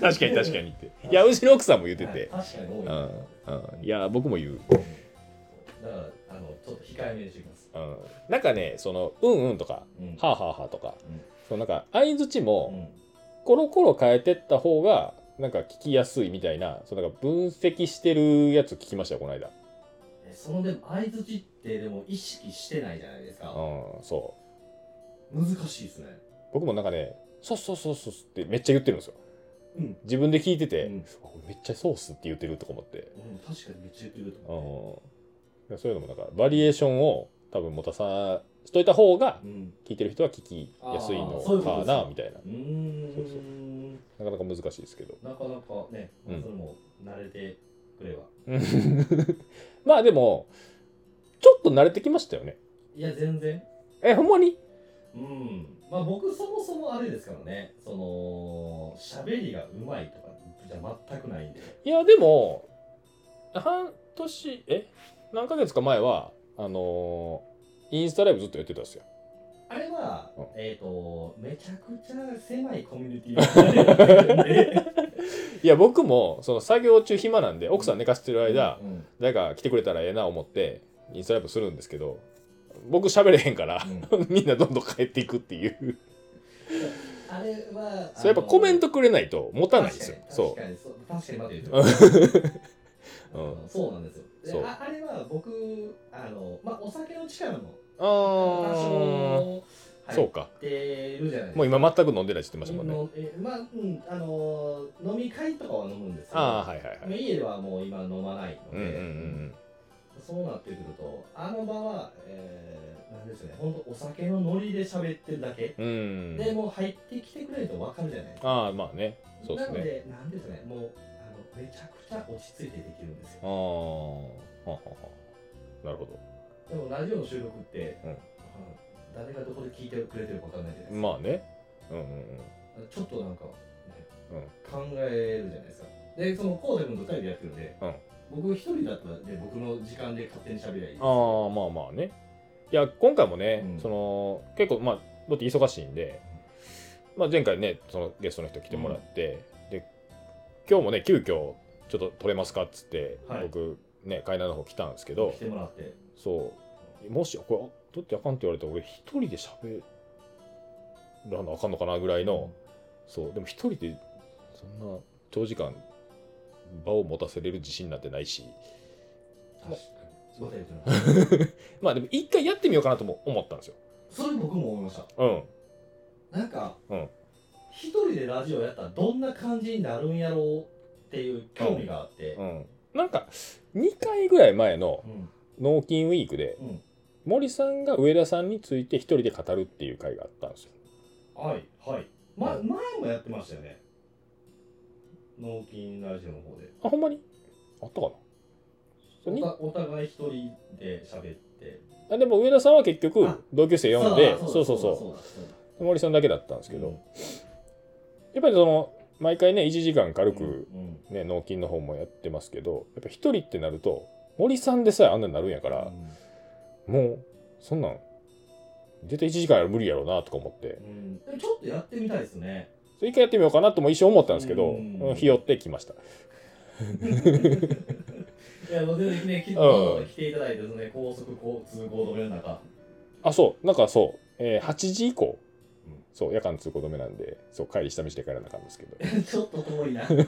[SPEAKER 2] 確かに確かにっていやうちの奥さんも言って
[SPEAKER 3] らい
[SPEAKER 2] て
[SPEAKER 3] 確かに多い、
[SPEAKER 2] うん
[SPEAKER 3] だか
[SPEAKER 2] うんいや僕も言う
[SPEAKER 3] らあのちょっと控えめにしてきます、
[SPEAKER 2] うんなんかねその「うんうん」とか
[SPEAKER 3] うん
[SPEAKER 2] 「はあはあはあ」とか
[SPEAKER 3] うん
[SPEAKER 2] そうなんか相づち
[SPEAKER 3] う
[SPEAKER 2] も
[SPEAKER 3] ん
[SPEAKER 2] コロコロ変えてった方がなんか聞きやすいみたいなそうなんか分析してるやつ聞きましたよこの間
[SPEAKER 3] えそのでも相づちってでも意識してないじゃないです
[SPEAKER 2] う
[SPEAKER 3] か、
[SPEAKER 2] んそう
[SPEAKER 3] 難しいですね
[SPEAKER 2] 僕もなんかね「そうそうそうそう」ってめっちゃ言ってるんですよ、
[SPEAKER 3] うん
[SPEAKER 2] 自分で聞いてて、
[SPEAKER 3] うん
[SPEAKER 2] あ俺めっちゃそうっすって言ってるとか思って、
[SPEAKER 3] うん確かにめっちゃ言ってると
[SPEAKER 2] う
[SPEAKER 3] 思
[SPEAKER 2] んそういうのもなんかバリエーションを多分持たさしといた方が
[SPEAKER 3] う、うん
[SPEAKER 2] 聞いてる人は聞きやすい
[SPEAKER 3] あーそうい
[SPEAKER 2] の
[SPEAKER 3] うこと
[SPEAKER 2] か
[SPEAKER 3] です
[SPEAKER 2] な
[SPEAKER 3] ね
[SPEAKER 2] みたいな
[SPEAKER 3] うーん
[SPEAKER 2] そうそなかなか難しいですけど
[SPEAKER 3] なかなかね、
[SPEAKER 2] うん
[SPEAKER 3] それも慣れてくれば
[SPEAKER 2] まあでもちょっと慣れてきましたよね
[SPEAKER 3] いや全然
[SPEAKER 2] えほんまに
[SPEAKER 3] うんまあ僕そもそもあれですからねその喋りがうまいとかじゃ全くないんで
[SPEAKER 2] いやでも半年え何ヶ月か前はあのーインスタライブずっとやってたんですよ
[SPEAKER 3] あれは、
[SPEAKER 2] うん
[SPEAKER 3] えっ、とめちゃくちゃ狭いコミュニティで
[SPEAKER 2] いや僕もその作業中暇なんで奥さん寝かしてる間
[SPEAKER 3] うんうん
[SPEAKER 2] 誰か来てくれたらええな思ってインスタライブするんですけど僕喋れへんから
[SPEAKER 3] う ん
[SPEAKER 2] みんなどんどん帰っていくっていう
[SPEAKER 3] あれは
[SPEAKER 2] そうやっぱコメン
[SPEAKER 3] ト
[SPEAKER 2] トくれないと持たないんですよそ
[SPEAKER 3] 確かにそう確かにまだ言ってる
[SPEAKER 2] う、うん、
[SPEAKER 3] うんそうなんですよで
[SPEAKER 2] そう
[SPEAKER 3] ああれは僕あの、まあ、お酒の力も多
[SPEAKER 2] あ
[SPEAKER 3] 少
[SPEAKER 2] あ
[SPEAKER 3] 入
[SPEAKER 2] そう
[SPEAKER 3] っ
[SPEAKER 2] か
[SPEAKER 3] てるじゃないですか
[SPEAKER 2] もう今全く飲んでないって言ってましたもんね
[SPEAKER 3] のえまあ、うん、あのー飲み会とかは飲むんですけど、
[SPEAKER 2] ああはいはいはい
[SPEAKER 3] 家ではもう今飲まないの
[SPEAKER 2] う
[SPEAKER 3] で、
[SPEAKER 2] んうんうん
[SPEAKER 3] そうなってくると、あの場は、えー、なんですね、本当お酒のノリで喋ってるだけ。
[SPEAKER 2] うんう
[SPEAKER 3] で
[SPEAKER 2] ん
[SPEAKER 3] もう入ってきてくれると分かるじゃないですか。
[SPEAKER 2] ああまあねそうです
[SPEAKER 3] なの
[SPEAKER 2] ね
[SPEAKER 3] で、なんですね、もうあのめちゃくちゃ落ち着いてできるんですよ。
[SPEAKER 2] ああはははなるほ
[SPEAKER 3] でもラジオの収録って、
[SPEAKER 2] うん
[SPEAKER 3] あの誰がどこで聞いてくれてるか分かんないじゃない
[SPEAKER 2] ど
[SPEAKER 3] ですか。
[SPEAKER 2] まあねうんうんうん
[SPEAKER 3] ちょっとなんか、ね
[SPEAKER 2] うん
[SPEAKER 3] 考えるじゃないですか。で、そのコーデ君と2人でやってるんで、
[SPEAKER 2] うん
[SPEAKER 3] 僕一人だったらね、僕の時間で勝手に喋りゃいいです。
[SPEAKER 2] ああまあまあねいや今回もね、
[SPEAKER 3] うん
[SPEAKER 2] その結構まあ僕忙しいんで、まあ、前回ねそのゲストの人来てもらって、で今日もね急遽ちょっと撮れますかっつって、
[SPEAKER 3] はい
[SPEAKER 2] 僕ね階段の方来たんですけど
[SPEAKER 3] 来てもらって。
[SPEAKER 2] そうもしこれ撮ってあかんって言われたら俺一人で喋らなあかんのかなぐらいの、そうでも一人でそんな長時間場を持たせれる自信なんてないし
[SPEAKER 3] 確かに。ボテル君
[SPEAKER 2] まあでも一回やってみようかなとも思ったんですよ。
[SPEAKER 3] それ僕も思いました。
[SPEAKER 2] うん
[SPEAKER 3] なんか、
[SPEAKER 2] うん
[SPEAKER 3] 一人でラジオやったらどんな感じになるんやろうっていう興味があって
[SPEAKER 2] う。ん、なんか2回ぐらい前の
[SPEAKER 3] うん。
[SPEAKER 2] 納金ウィークで
[SPEAKER 3] うん。
[SPEAKER 2] 森さんが上田さんについて一人で語るっていう回があったんですよ。
[SPEAKER 3] はい。はい。ま、前もやってましたよね。納金ラジオの方で。
[SPEAKER 2] あほんまにあったかそれ
[SPEAKER 3] お
[SPEAKER 2] に
[SPEAKER 3] たお互い一人で喋って。
[SPEAKER 2] なあでも上田さんは結局
[SPEAKER 3] あ
[SPEAKER 2] 同級生読んで
[SPEAKER 3] だ
[SPEAKER 2] そうそう
[SPEAKER 3] だ
[SPEAKER 2] そ
[SPEAKER 3] だそうだ
[SPEAKER 2] う森さんだけだったんですけど、
[SPEAKER 3] うん
[SPEAKER 2] やっぱりその毎回ね1時間軽
[SPEAKER 3] うん
[SPEAKER 2] く、
[SPEAKER 3] うん
[SPEAKER 2] ね納金の方もやってますけどやっぱ一人ってなると森さんでさえあんなになるんやから、もうそんなん絶対1時間やら無理やろうなとか思って
[SPEAKER 3] うんでもちょっとやってみたいですね。
[SPEAKER 2] それ一回やってみようかなとも一瞬思ったんですけど、
[SPEAKER 3] うん
[SPEAKER 2] うん日よってきました。
[SPEAKER 3] いや、もう全然ね、き
[SPEAKER 2] うん
[SPEAKER 3] 来ていただいてですね、高速交通行止めの中。
[SPEAKER 2] あそうなんかそう、えー8時以降、
[SPEAKER 3] うん
[SPEAKER 2] そう夜間通行止めなんでそう帰り下道で帰らなあかんですけど
[SPEAKER 3] ちょっと遠いな。ちょっ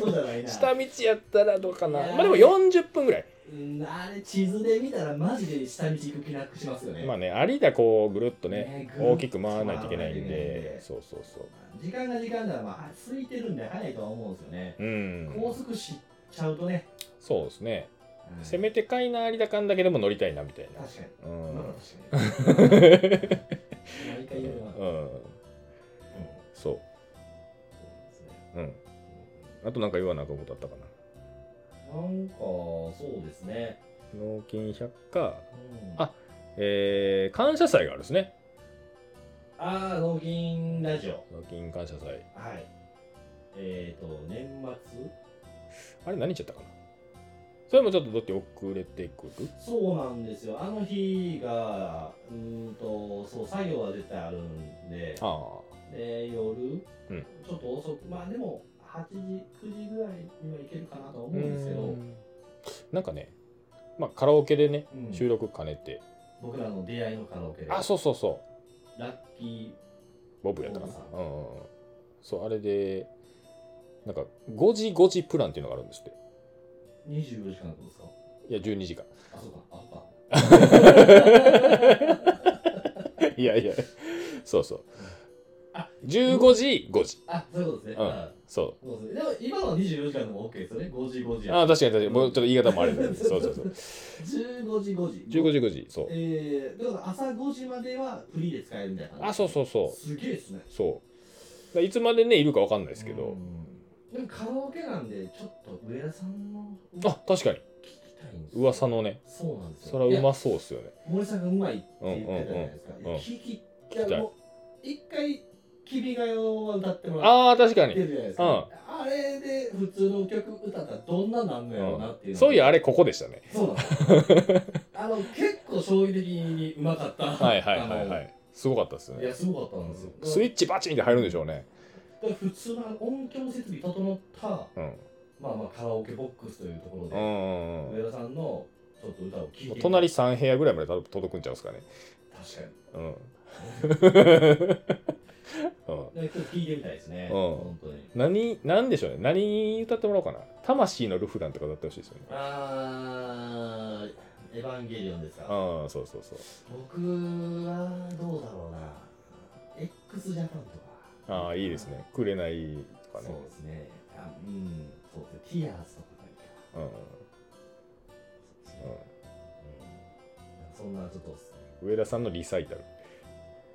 [SPEAKER 3] とじゃないな。
[SPEAKER 2] 下道やったらどうかない
[SPEAKER 3] やー
[SPEAKER 2] まあでも40分ぐらい、
[SPEAKER 3] うん、あれ、地図で見たらマジで下道行く気なくしますよね。
[SPEAKER 2] まあね有田こうぐるっとね
[SPEAKER 3] ねぐるっと
[SPEAKER 2] 大きく回らないといけないん
[SPEAKER 3] 回らないといけないん
[SPEAKER 2] で
[SPEAKER 3] で
[SPEAKER 2] そうそうそう
[SPEAKER 3] 時間が時間だら、まあ、空いてるんで早いとは思うんですよね。
[SPEAKER 2] うん
[SPEAKER 3] 高速知っちゃうとね。
[SPEAKER 2] そうですね
[SPEAKER 3] うん
[SPEAKER 2] せめてかいな有田間だけでも乗りたいなみたいな
[SPEAKER 3] 確かに。
[SPEAKER 2] う
[SPEAKER 3] ま
[SPEAKER 2] ん、
[SPEAKER 3] あ確かに。毎
[SPEAKER 2] う
[SPEAKER 3] 回言うのは。うん
[SPEAKER 2] ん、そ
[SPEAKER 3] そうですね
[SPEAKER 2] ううんあとなんか言わなあかんことあったかな
[SPEAKER 3] なんか、そうですね。
[SPEAKER 2] 納金百科
[SPEAKER 3] うん
[SPEAKER 2] あえー、感謝祭があるんですね
[SPEAKER 3] あー、納金ラジオ。
[SPEAKER 2] 納金感謝祭
[SPEAKER 3] はい。えっ、ー、と、年末
[SPEAKER 2] あれ何言っちゃったかなそれもちょっとどっち遅れてくる
[SPEAKER 3] そうなんですよ。あの日が、うーんと、そう、作業は絶対あるんで、
[SPEAKER 2] あ
[SPEAKER 3] で、夜、
[SPEAKER 2] うん
[SPEAKER 3] ちょっと遅く、まあでも、8時、9時ぐらいには行けるかなと
[SPEAKER 2] あ
[SPEAKER 3] は思うんですけど、
[SPEAKER 2] なんかね、まあ、カラオケでね
[SPEAKER 3] うん
[SPEAKER 2] 収録兼ねて、
[SPEAKER 3] 僕らの出会いのカラオケで、
[SPEAKER 2] あそうそうそ
[SPEAKER 3] ラッキ
[SPEAKER 2] うボブやったかな
[SPEAKER 3] ボ
[SPEAKER 2] う
[SPEAKER 3] ブさ
[SPEAKER 2] んうんうんそうあれでなんか5時5時プランっていうのがあるんですって
[SPEAKER 3] ー24時間のことですか
[SPEAKER 2] いや12時間
[SPEAKER 3] あ、そうか、あそう か。
[SPEAKER 2] いやいやそうそう
[SPEAKER 3] あ
[SPEAKER 2] 15時5時
[SPEAKER 3] あ、そういうことですね。
[SPEAKER 2] うん
[SPEAKER 3] あ
[SPEAKER 2] そ
[SPEAKER 3] そうですね。でも、今の24時間でも OK ですよね。5時、5時
[SPEAKER 2] う
[SPEAKER 3] や。
[SPEAKER 2] あ確かに確かにもうちょっと言い方もあれだけどそうそうそう
[SPEAKER 3] 15時、5時。
[SPEAKER 2] 15
[SPEAKER 3] 時。
[SPEAKER 2] 時5時そう
[SPEAKER 3] えー、だから朝5時まではフリーで使えるみたいな感じ。
[SPEAKER 2] あそうそうそう
[SPEAKER 3] すげえですね。
[SPEAKER 2] そうだいつまでねいるかわかんないですけ
[SPEAKER 3] う
[SPEAKER 2] ど
[SPEAKER 3] んでもカラオケなんでちょっと上田さんの
[SPEAKER 2] あ確かに
[SPEAKER 3] 聞きたいんですよ
[SPEAKER 2] 噂のね
[SPEAKER 3] そうなんですよ
[SPEAKER 2] それはう
[SPEAKER 3] いや
[SPEAKER 2] まそうっすよね
[SPEAKER 3] 森さんがうまいって言ってたじゃないです
[SPEAKER 2] ん
[SPEAKER 3] か、
[SPEAKER 2] うんうん
[SPEAKER 3] いや聞き
[SPEAKER 2] 聞きた
[SPEAKER 3] や
[SPEAKER 2] い
[SPEAKER 3] もう一回「君が代」は歌ってもらっ
[SPEAKER 2] ああ確か
[SPEAKER 3] て
[SPEAKER 2] に、
[SPEAKER 3] るじゃないですか、あれで普通の曲歌ったらどんななんのやろうなっていうのが
[SPEAKER 2] そういやあれここでしたね
[SPEAKER 3] そう なんですよあの結構衝撃的にうまかった
[SPEAKER 2] はいはいはいは
[SPEAKER 3] あ
[SPEAKER 2] いすごかったです
[SPEAKER 3] の
[SPEAKER 2] ね
[SPEAKER 3] いやすごかったんですよ
[SPEAKER 2] スイッチバチンって入るんでしょうね。
[SPEAKER 3] だから普通の音響設備整った、
[SPEAKER 2] うん。
[SPEAKER 3] まあ、まあカラオケボックスというところ
[SPEAKER 2] う
[SPEAKER 3] で、
[SPEAKER 2] んうんうん
[SPEAKER 3] 上田さんのちょっと歌を聴いて
[SPEAKER 2] 隣
[SPEAKER 3] 確
[SPEAKER 2] 3部屋ぐらいまで多分届くんちゃうんですかね。
[SPEAKER 3] か
[SPEAKER 2] うん。 うん
[SPEAKER 3] にでちょっと聴いてみたいですね、
[SPEAKER 2] うん
[SPEAKER 3] 本当に
[SPEAKER 2] 何、なんでしょうね。何歌ってもらおうかな。魂のルフランとか歌ってほしいですよね。
[SPEAKER 3] あーエヴァンゲリオンですか
[SPEAKER 2] うん、そうそうそう。
[SPEAKER 3] 僕はどうだろうな x ジャパンとか
[SPEAKER 2] ああ、いいですね。くれないとかね
[SPEAKER 3] そ。うですねあうんそうですねティアーズとかがいいかな
[SPEAKER 2] うん。
[SPEAKER 3] そうですねうんそんなちょっとですね
[SPEAKER 2] うん上田さんのリサイタ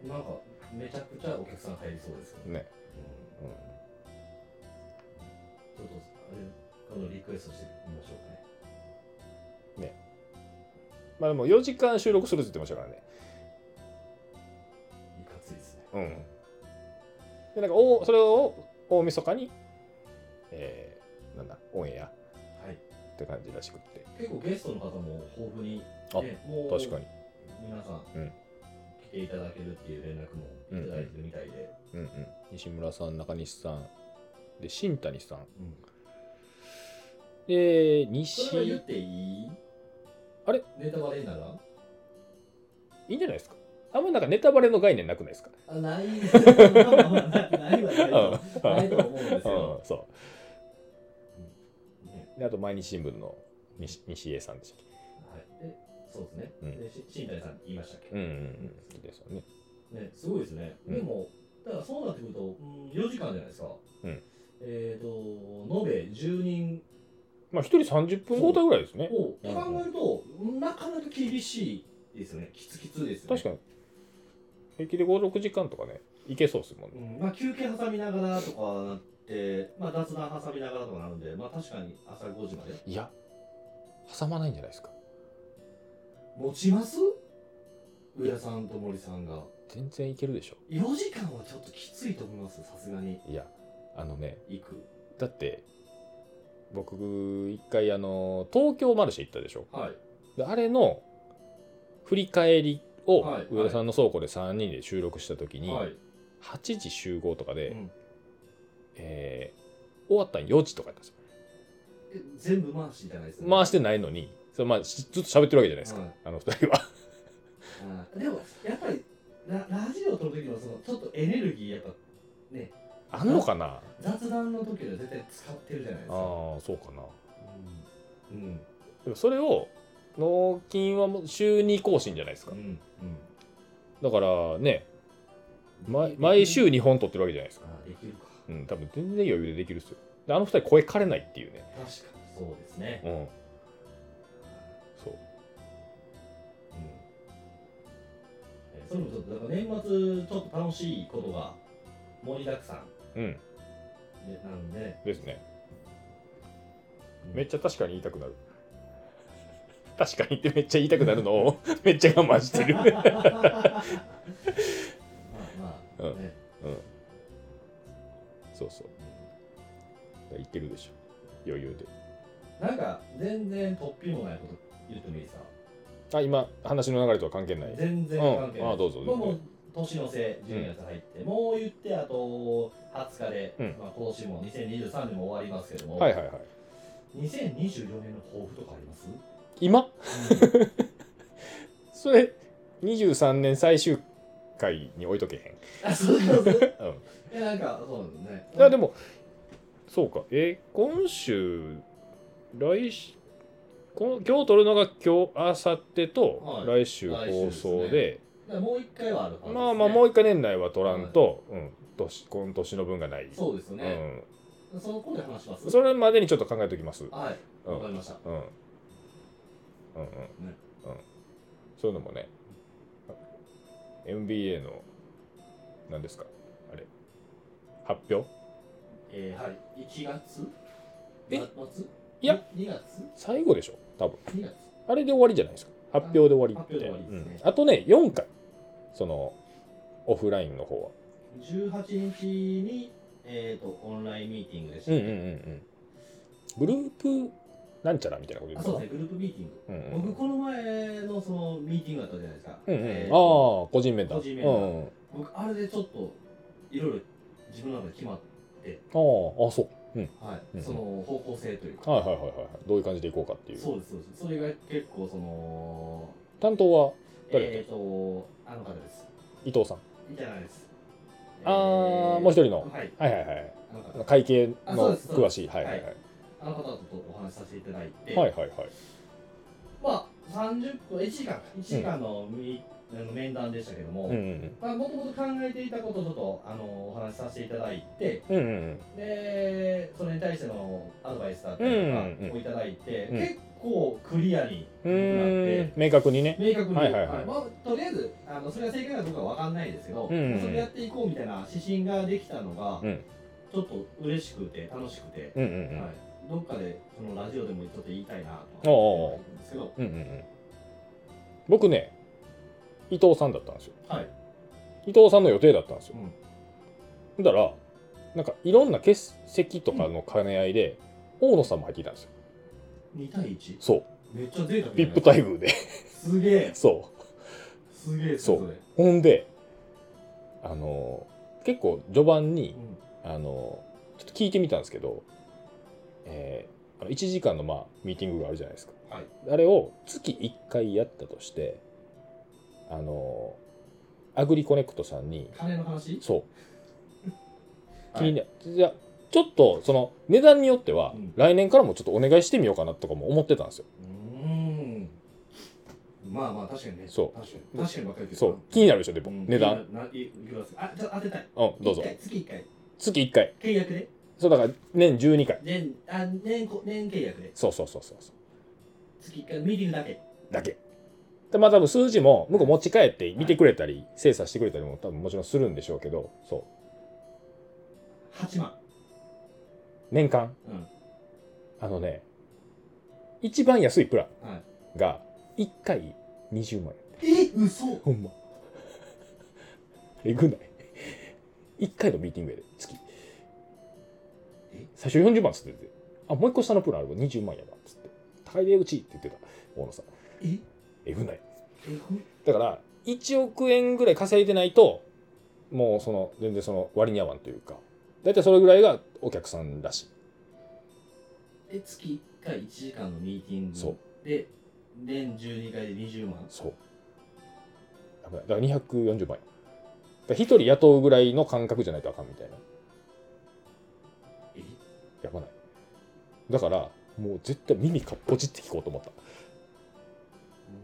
[SPEAKER 3] なんかめちゃくちゃお客さん入りそうですよ
[SPEAKER 2] ル。
[SPEAKER 3] ね、
[SPEAKER 2] ね。
[SPEAKER 3] うん
[SPEAKER 2] うん
[SPEAKER 3] ちょっとあれ今度リクエストしてみましょうかね
[SPEAKER 2] まあでも4時間収録するって言ってましたからね。
[SPEAKER 3] いかついですね
[SPEAKER 2] うん。で、なんか、おそれを大晦日に、えー、なんだ、オンエア。
[SPEAKER 3] はい
[SPEAKER 2] って感じらしくって
[SPEAKER 3] 結構ゲストの方も豊富に、ね、
[SPEAKER 2] あ
[SPEAKER 3] もう
[SPEAKER 2] 確かに
[SPEAKER 3] 皆さん、
[SPEAKER 2] うん
[SPEAKER 3] 来ていただけるっていう連絡もいただいてるみたいで、
[SPEAKER 2] うんうん西村さん中西さんで新谷さん
[SPEAKER 3] うん
[SPEAKER 2] で
[SPEAKER 3] それは
[SPEAKER 2] 西い
[SPEAKER 3] 言っていい
[SPEAKER 2] あれ
[SPEAKER 3] ネタバレにならん
[SPEAKER 2] いんじゃないですかあんまなんかネタバレの概念なくないですか
[SPEAKER 3] あないないはな い
[SPEAKER 2] う
[SPEAKER 3] と
[SPEAKER 2] ん
[SPEAKER 3] ないと思うんです
[SPEAKER 2] う
[SPEAKER 3] よ
[SPEAKER 2] ん、そ
[SPEAKER 3] ね
[SPEAKER 2] うであと毎日新聞の西西江さんでしたっ
[SPEAKER 3] はい、でそうですね、
[SPEAKER 2] うん
[SPEAKER 3] でし新谷さん言いましたっけ、
[SPEAKER 2] けうんうんうん好きですよね
[SPEAKER 3] ね、すごいですね、
[SPEAKER 2] うん
[SPEAKER 3] でもだからそうなってくると、うん、4時間じゃないですか、
[SPEAKER 2] うん
[SPEAKER 3] えっ、と延べ10人
[SPEAKER 2] まあ一人30分交代ぐらいですね
[SPEAKER 3] を考
[SPEAKER 2] うん
[SPEAKER 3] えると、なかなか厳しいですねきつきつですね
[SPEAKER 2] 確かに平気で56時間とかねいけそうですもんね
[SPEAKER 3] うんまあ、休憩挟みながらとかなって、まあ、雑談挟みながらとかなるんで、まあ、確かに朝5時まで
[SPEAKER 2] いや挟まないんじゃないですか
[SPEAKER 3] 持ちます上田さんと森さんが
[SPEAKER 2] 全然いけるでしょ
[SPEAKER 3] 4時間はちょっときついと思いますさすがに
[SPEAKER 2] いやあのね
[SPEAKER 3] 行く
[SPEAKER 2] だって僕一回あの東京マルシェ行ったでしょ
[SPEAKER 3] はい
[SPEAKER 2] であれの振り返りを
[SPEAKER 3] はい
[SPEAKER 2] 上田さんの倉庫で3人で収録した時に
[SPEAKER 3] はい、
[SPEAKER 2] 8時集合とかで、
[SPEAKER 3] うん
[SPEAKER 2] えー終わったの4時とかやったんですよ
[SPEAKER 3] え全部回しじゃないです
[SPEAKER 2] 回してないのにそれまあしずっと喋ってるわけじゃないですか、
[SPEAKER 3] はい
[SPEAKER 2] あの2人は
[SPEAKER 3] うんでもやっぱりララジオを撮る時のそのちょっとエネルギーやっぱね
[SPEAKER 2] あんのかな
[SPEAKER 3] 雑談の時は絶対使ってるじゃないです
[SPEAKER 2] ああ
[SPEAKER 3] か
[SPEAKER 2] ーそうかな
[SPEAKER 3] うんうん
[SPEAKER 2] でもそれを納金はもう週2更新じゃないですか
[SPEAKER 3] うん
[SPEAKER 2] だからね
[SPEAKER 3] うん
[SPEAKER 2] 毎毎週2本撮ってるわけじゃないですか
[SPEAKER 3] あーできるか
[SPEAKER 2] うん、多分全然余裕でできるっすよ。で、あの二人声枯れないっていうね。
[SPEAKER 3] 確かにそうですね
[SPEAKER 2] うん。そう。
[SPEAKER 3] うんえそれもちょっとだから年末ちょっと楽しいことが盛りだくさん
[SPEAKER 2] うん。
[SPEAKER 3] でなので、
[SPEAKER 2] ですね。
[SPEAKER 3] うん
[SPEAKER 2] めっちゃ確かに言いたくなる。 確かにってめっちゃ言いたくなるのを めっちゃ我慢 してる。
[SPEAKER 3] まあまあ、
[SPEAKER 2] うん
[SPEAKER 3] ね
[SPEAKER 2] うん。そうそう。だからいけるでしょ。余裕
[SPEAKER 3] なんか全然突飛もないこと言ってもいいですか
[SPEAKER 2] で。あ、今、話の流れとは関係ない。
[SPEAKER 3] 全然関係
[SPEAKER 2] うん
[SPEAKER 3] ない、
[SPEAKER 2] あどうぞ
[SPEAKER 3] まもう年の瀬12月入って、もう言ってあと20日で、
[SPEAKER 2] うん
[SPEAKER 3] まあ、今年も2023年も終わりますけども、
[SPEAKER 2] はいはいはい。
[SPEAKER 3] 2024年の抱負とかあります、
[SPEAKER 2] 今 それ、23年最終回に置いとけへ。
[SPEAKER 3] あそうそうそうん
[SPEAKER 2] うん。
[SPEAKER 3] いやなんかそうなんですね
[SPEAKER 2] いやでもそうかえー今週来週こん今日撮るのが今日あさってと
[SPEAKER 3] は
[SPEAKER 2] 来週放送で,、
[SPEAKER 3] だからもう一回はあるはずですね
[SPEAKER 2] まあまあもう一回年内は撮らんと、うん、年今年の分がない
[SPEAKER 3] そうですよね、そのことで話しま
[SPEAKER 2] う
[SPEAKER 3] す
[SPEAKER 2] ん、それまでにちょっと考えておきます、うん
[SPEAKER 3] はい
[SPEAKER 2] うん
[SPEAKER 3] わかりました、
[SPEAKER 2] うんうんうん、そういうのもね MBA の何ですかあれ発表
[SPEAKER 3] えー、はい1月
[SPEAKER 2] え
[SPEAKER 3] 末
[SPEAKER 2] いや
[SPEAKER 3] 2月
[SPEAKER 2] 最後でしょ多分
[SPEAKER 3] 2月
[SPEAKER 2] あれで終わりじゃないですか。発表で終わりって。
[SPEAKER 3] あ発表で終わりですね
[SPEAKER 2] うんあとね、4回。その、オフラインの方は
[SPEAKER 3] 18日に、えー、とオンラインミーティングでした
[SPEAKER 2] うん
[SPEAKER 3] ね、
[SPEAKER 2] うんうんうんグループなんちゃらみたいなこと言
[SPEAKER 3] あ
[SPEAKER 2] って
[SPEAKER 3] そう
[SPEAKER 2] た
[SPEAKER 3] ですねグループミーティング、
[SPEAKER 2] うんうん
[SPEAKER 3] 僕この前のそのミーティングだったじゃないですか、
[SPEAKER 2] うんうん
[SPEAKER 3] えー
[SPEAKER 2] ああ
[SPEAKER 3] と
[SPEAKER 2] 個人面談
[SPEAKER 3] 個人
[SPEAKER 2] う
[SPEAKER 3] 面談
[SPEAKER 2] んうんあ
[SPEAKER 3] 僕あれでちょっといろいろ自分の中で決まって、
[SPEAKER 2] ああそう
[SPEAKER 3] はい
[SPEAKER 2] うん
[SPEAKER 3] その方向性というか、
[SPEAKER 2] はいはいはいはいどういう感じでいこうかっていう
[SPEAKER 3] そうですそうですそれが結構その
[SPEAKER 2] 担当は誰だっけ
[SPEAKER 3] えっ、とあの方です
[SPEAKER 2] 伊藤さん
[SPEAKER 3] じゃないです
[SPEAKER 2] あーもう一人の
[SPEAKER 3] はい
[SPEAKER 2] はいはいはい
[SPEAKER 3] あの方
[SPEAKER 2] 会計
[SPEAKER 3] あそう
[SPEAKER 2] の
[SPEAKER 3] ですそう
[SPEAKER 2] 詳
[SPEAKER 3] で
[SPEAKER 2] しいはいはいはい
[SPEAKER 3] あの方とお話しさせていただいて、
[SPEAKER 2] はいはいはい
[SPEAKER 3] まあ30分1時間か1時間のみ、あの面談でしたけども、
[SPEAKER 2] うんうん
[SPEAKER 3] まあ、もともと考えていたことをちょっとあのお話しさせていただいて
[SPEAKER 2] うんうんうん
[SPEAKER 3] でそれに対してのアドバイスだったりとか
[SPEAKER 2] うんうん
[SPEAKER 3] をいただいて、
[SPEAKER 2] うん
[SPEAKER 3] 結構クリアに
[SPEAKER 2] う
[SPEAKER 3] な
[SPEAKER 2] ー
[SPEAKER 3] っ
[SPEAKER 2] ん明確にね
[SPEAKER 3] て明確に、
[SPEAKER 2] はいはいはい
[SPEAKER 3] まあ、とりあえずあのそれが正解かどうかは分かんないですけど、
[SPEAKER 2] うんうんうん
[SPEAKER 3] それやっていこうみたいな指針ができたのが、
[SPEAKER 2] うん
[SPEAKER 3] ちょっと嬉しくて楽しくて、
[SPEAKER 2] うんうんうん
[SPEAKER 3] はい、どっかでそのラジオでもちょっと言いたいなと
[SPEAKER 2] おうおう
[SPEAKER 3] 思ってるんですけど、
[SPEAKER 2] うんうんうん僕ね伊藤さんだったんですよ
[SPEAKER 3] はい、
[SPEAKER 2] 伊藤さんの予定だったんですよ
[SPEAKER 3] うん
[SPEAKER 2] だからなんかいろんな欠席とかの兼ね合いで、大野さんも入っていたんですよ
[SPEAKER 3] 2対 1?
[SPEAKER 2] そ
[SPEAKER 3] めっちゃ贅沢
[SPEAKER 2] うピ
[SPEAKER 3] じゃな
[SPEAKER 2] ッ
[SPEAKER 3] い
[SPEAKER 2] プ待遇で
[SPEAKER 3] すげえ
[SPEAKER 2] そう
[SPEAKER 3] すげえ
[SPEAKER 2] そう
[SPEAKER 3] れ
[SPEAKER 2] ほんであのー結構序盤に
[SPEAKER 3] うん
[SPEAKER 2] あのちょっと聞いてみたんですけど、えーあの1時間の、まあ、ミーティングがあるじゃないですか、
[SPEAKER 3] はい
[SPEAKER 2] あれを月1回やったとしてあのアグリコネクトさんに
[SPEAKER 3] 金の話
[SPEAKER 2] そう、
[SPEAKER 3] はい
[SPEAKER 2] 君ねじゃあちょっとその値段によっては、
[SPEAKER 3] うん
[SPEAKER 2] 来年からもちょっとお願いしてみようかなとかも思ってたんですよ
[SPEAKER 3] うーんまあまあ確かにね
[SPEAKER 2] そう
[SPEAKER 3] 確かに確かに分かるけど
[SPEAKER 2] そう気になるでしょでも、
[SPEAKER 3] うん
[SPEAKER 2] 値段
[SPEAKER 3] ないいくらですかあちょっと当てたい
[SPEAKER 2] うんどうぞ
[SPEAKER 3] 一回月1回
[SPEAKER 2] 月1回
[SPEAKER 3] 契約で
[SPEAKER 2] そうだから年12回
[SPEAKER 3] 年あ年こ年契約で
[SPEAKER 2] そうそうそうそうそう
[SPEAKER 3] 月1回ミーティングだけ
[SPEAKER 2] だけ。でまあ多分数字も向こう持ち帰って見てくれたり、精査してくれたりも多分もちろんするんでしょうけど、そう。
[SPEAKER 3] 8万
[SPEAKER 2] 年間、
[SPEAKER 3] うん
[SPEAKER 2] あのね、一番安いプラ
[SPEAKER 3] はい
[SPEAKER 2] ンが1回20万円。
[SPEAKER 3] え嘘
[SPEAKER 2] ほんま。 えぐない。1回のミーティングやで、月
[SPEAKER 3] え。
[SPEAKER 2] 最初40万っつってて、あ、もう一個下のプランあれば20万やなっつって。高いでうちって言ってた、大野さん。
[SPEAKER 3] え
[SPEAKER 2] えぐない。
[SPEAKER 3] えぐ
[SPEAKER 2] だから1億円ぐらい稼いでないともうその全然その割に合わんというか大体それぐらいがお客さんらしい
[SPEAKER 3] え月1回1時間のミーティング
[SPEAKER 2] そう
[SPEAKER 3] で年12回で20万
[SPEAKER 2] そう危ないだから240万円だ1人雇うぐらいの感覚じゃないとあかんみたいな
[SPEAKER 3] え
[SPEAKER 2] やばないだからもう絶対耳かっぽじって聞こうと思った
[SPEAKER 3] う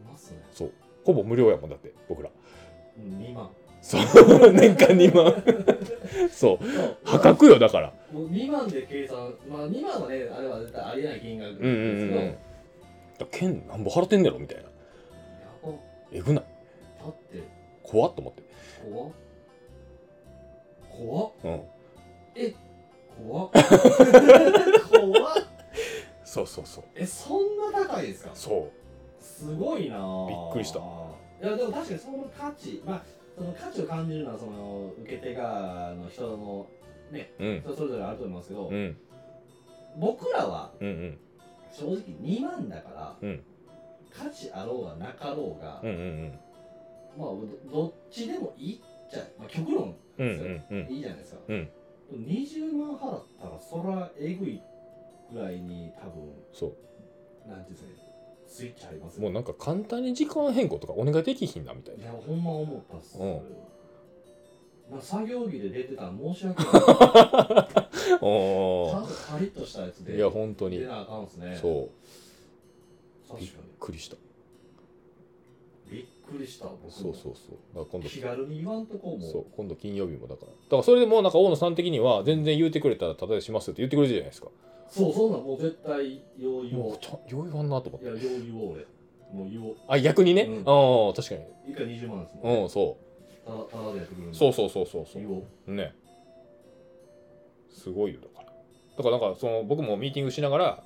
[SPEAKER 3] まっすね
[SPEAKER 2] そうほぼ無料やもんだって僕ら
[SPEAKER 3] うん2万
[SPEAKER 2] そう年間2万 そう
[SPEAKER 3] そう
[SPEAKER 2] 破格よだから
[SPEAKER 3] もう2万で計算、まあ2万はね、あれは絶対ありえない金額ですけ
[SPEAKER 2] う
[SPEAKER 3] ど、
[SPEAKER 2] んうんうんうんだから県なんぼ払ってんねやろみたいな
[SPEAKER 3] やば
[SPEAKER 2] えぐない
[SPEAKER 3] だって、
[SPEAKER 2] 怖っと思って
[SPEAKER 3] 怖っ怖っ
[SPEAKER 2] うん
[SPEAKER 3] 怖っ怖っ
[SPEAKER 2] そうそうそう
[SPEAKER 3] え、そんな高いですか
[SPEAKER 2] そう
[SPEAKER 3] すごいなぁ
[SPEAKER 2] びっくりした
[SPEAKER 3] いや、でも確かにその価値、まあ、その価値を感じるのは、その、受け手側の人の、
[SPEAKER 2] うん
[SPEAKER 3] 人それぞれあると思いますけど、
[SPEAKER 2] うん
[SPEAKER 3] 僕らは
[SPEAKER 2] うんうん
[SPEAKER 3] 正直2万だから、
[SPEAKER 2] うん
[SPEAKER 3] 価値あろうがなかろうが、
[SPEAKER 2] うんうん
[SPEAKER 3] まあどどっちでもいいっちゃ、まあ、極論
[SPEAKER 2] うんうんうん
[SPEAKER 3] いいじゃないですか、
[SPEAKER 2] うん
[SPEAKER 3] 20万払ったらそらえぐいぐらいに多分
[SPEAKER 2] そ
[SPEAKER 3] なんていうんですかねスイッチ入ります
[SPEAKER 2] うもうなんか簡単に時間変更とかお願いできひんなみたい
[SPEAKER 3] い
[SPEAKER 2] な
[SPEAKER 3] やほんま思ったっす、
[SPEAKER 2] うん
[SPEAKER 3] なんか作業着で出てたら申 し訳ないちゃん
[SPEAKER 2] お
[SPEAKER 3] とカリッとしたやつで
[SPEAKER 2] いや本当
[SPEAKER 3] 出
[SPEAKER 2] に
[SPEAKER 3] なあかんっすね
[SPEAKER 2] そう
[SPEAKER 3] 確
[SPEAKER 2] びっ
[SPEAKER 3] か
[SPEAKER 2] くりした
[SPEAKER 3] にびっくりした僕も
[SPEAKER 2] そうそうそうだから今度
[SPEAKER 3] 気軽に言わんとこうも
[SPEAKER 2] そう今度金曜日もだからだからそれでもうなんか大野さん的には全然言うてくれたらただでしますって言ってくれるじゃないですか
[SPEAKER 3] そうそんなんもう絶対よう言お
[SPEAKER 2] も
[SPEAKER 3] う
[SPEAKER 2] うちょ余裕あんなと思っ
[SPEAKER 3] いや
[SPEAKER 2] て
[SPEAKER 3] よう言おう俺もう言おう
[SPEAKER 2] あ逆にね
[SPEAKER 3] うん
[SPEAKER 2] ああ確かに
[SPEAKER 3] 一回20万ですもん、
[SPEAKER 2] うんそ
[SPEAKER 3] ただただでやってくれるん
[SPEAKER 2] う
[SPEAKER 3] で
[SPEAKER 2] そうそうそうそうそう
[SPEAKER 3] 言おう
[SPEAKER 2] ねすごいよだからだからなんかその僕もミーティングしながら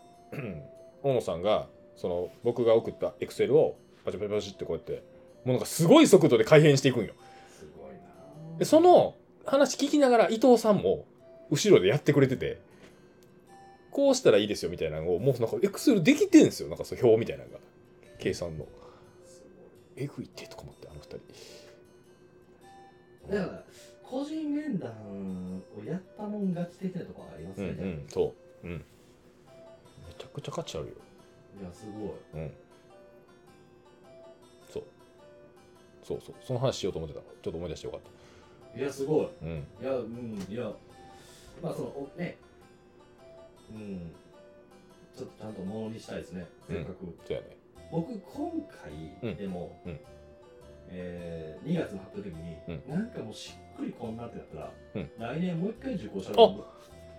[SPEAKER 2] 大野さんがその僕が送ったエクセルをパチパチパチってこうやってもうなんかすごい速度で改変していくんよ
[SPEAKER 3] すごいな
[SPEAKER 2] でその話聞きながら伊藤さんも後ろでやってくれててこうしたらいいですよみたいなのをもうなんかエクセルできてんですよなんかその表みたいなのが計算のえぐいってとか思ってあの二人
[SPEAKER 3] だから個人面談をやったもん勝ち的なところあります
[SPEAKER 2] うん
[SPEAKER 3] ね、
[SPEAKER 2] うんそううんめちゃくちゃ価値あるよ
[SPEAKER 3] いやすごい
[SPEAKER 2] うんそうそうそうその話しようと思ってたちょっと思い出してよかっ
[SPEAKER 3] いやすごい
[SPEAKER 2] たうん
[SPEAKER 3] いやうんいやまあそのおねうんちょっとちゃんとものにしたいですね
[SPEAKER 2] うん
[SPEAKER 3] せっかく、
[SPEAKER 2] そうやね
[SPEAKER 3] 僕今
[SPEAKER 2] う
[SPEAKER 3] 回
[SPEAKER 2] ん
[SPEAKER 3] でも、
[SPEAKER 2] うん
[SPEAKER 3] えー、2月の発表の時に、
[SPEAKER 2] う
[SPEAKER 3] なんかもうしっくりこんなってなったら、
[SPEAKER 2] うん
[SPEAKER 3] 来年もう一回受講した
[SPEAKER 2] あ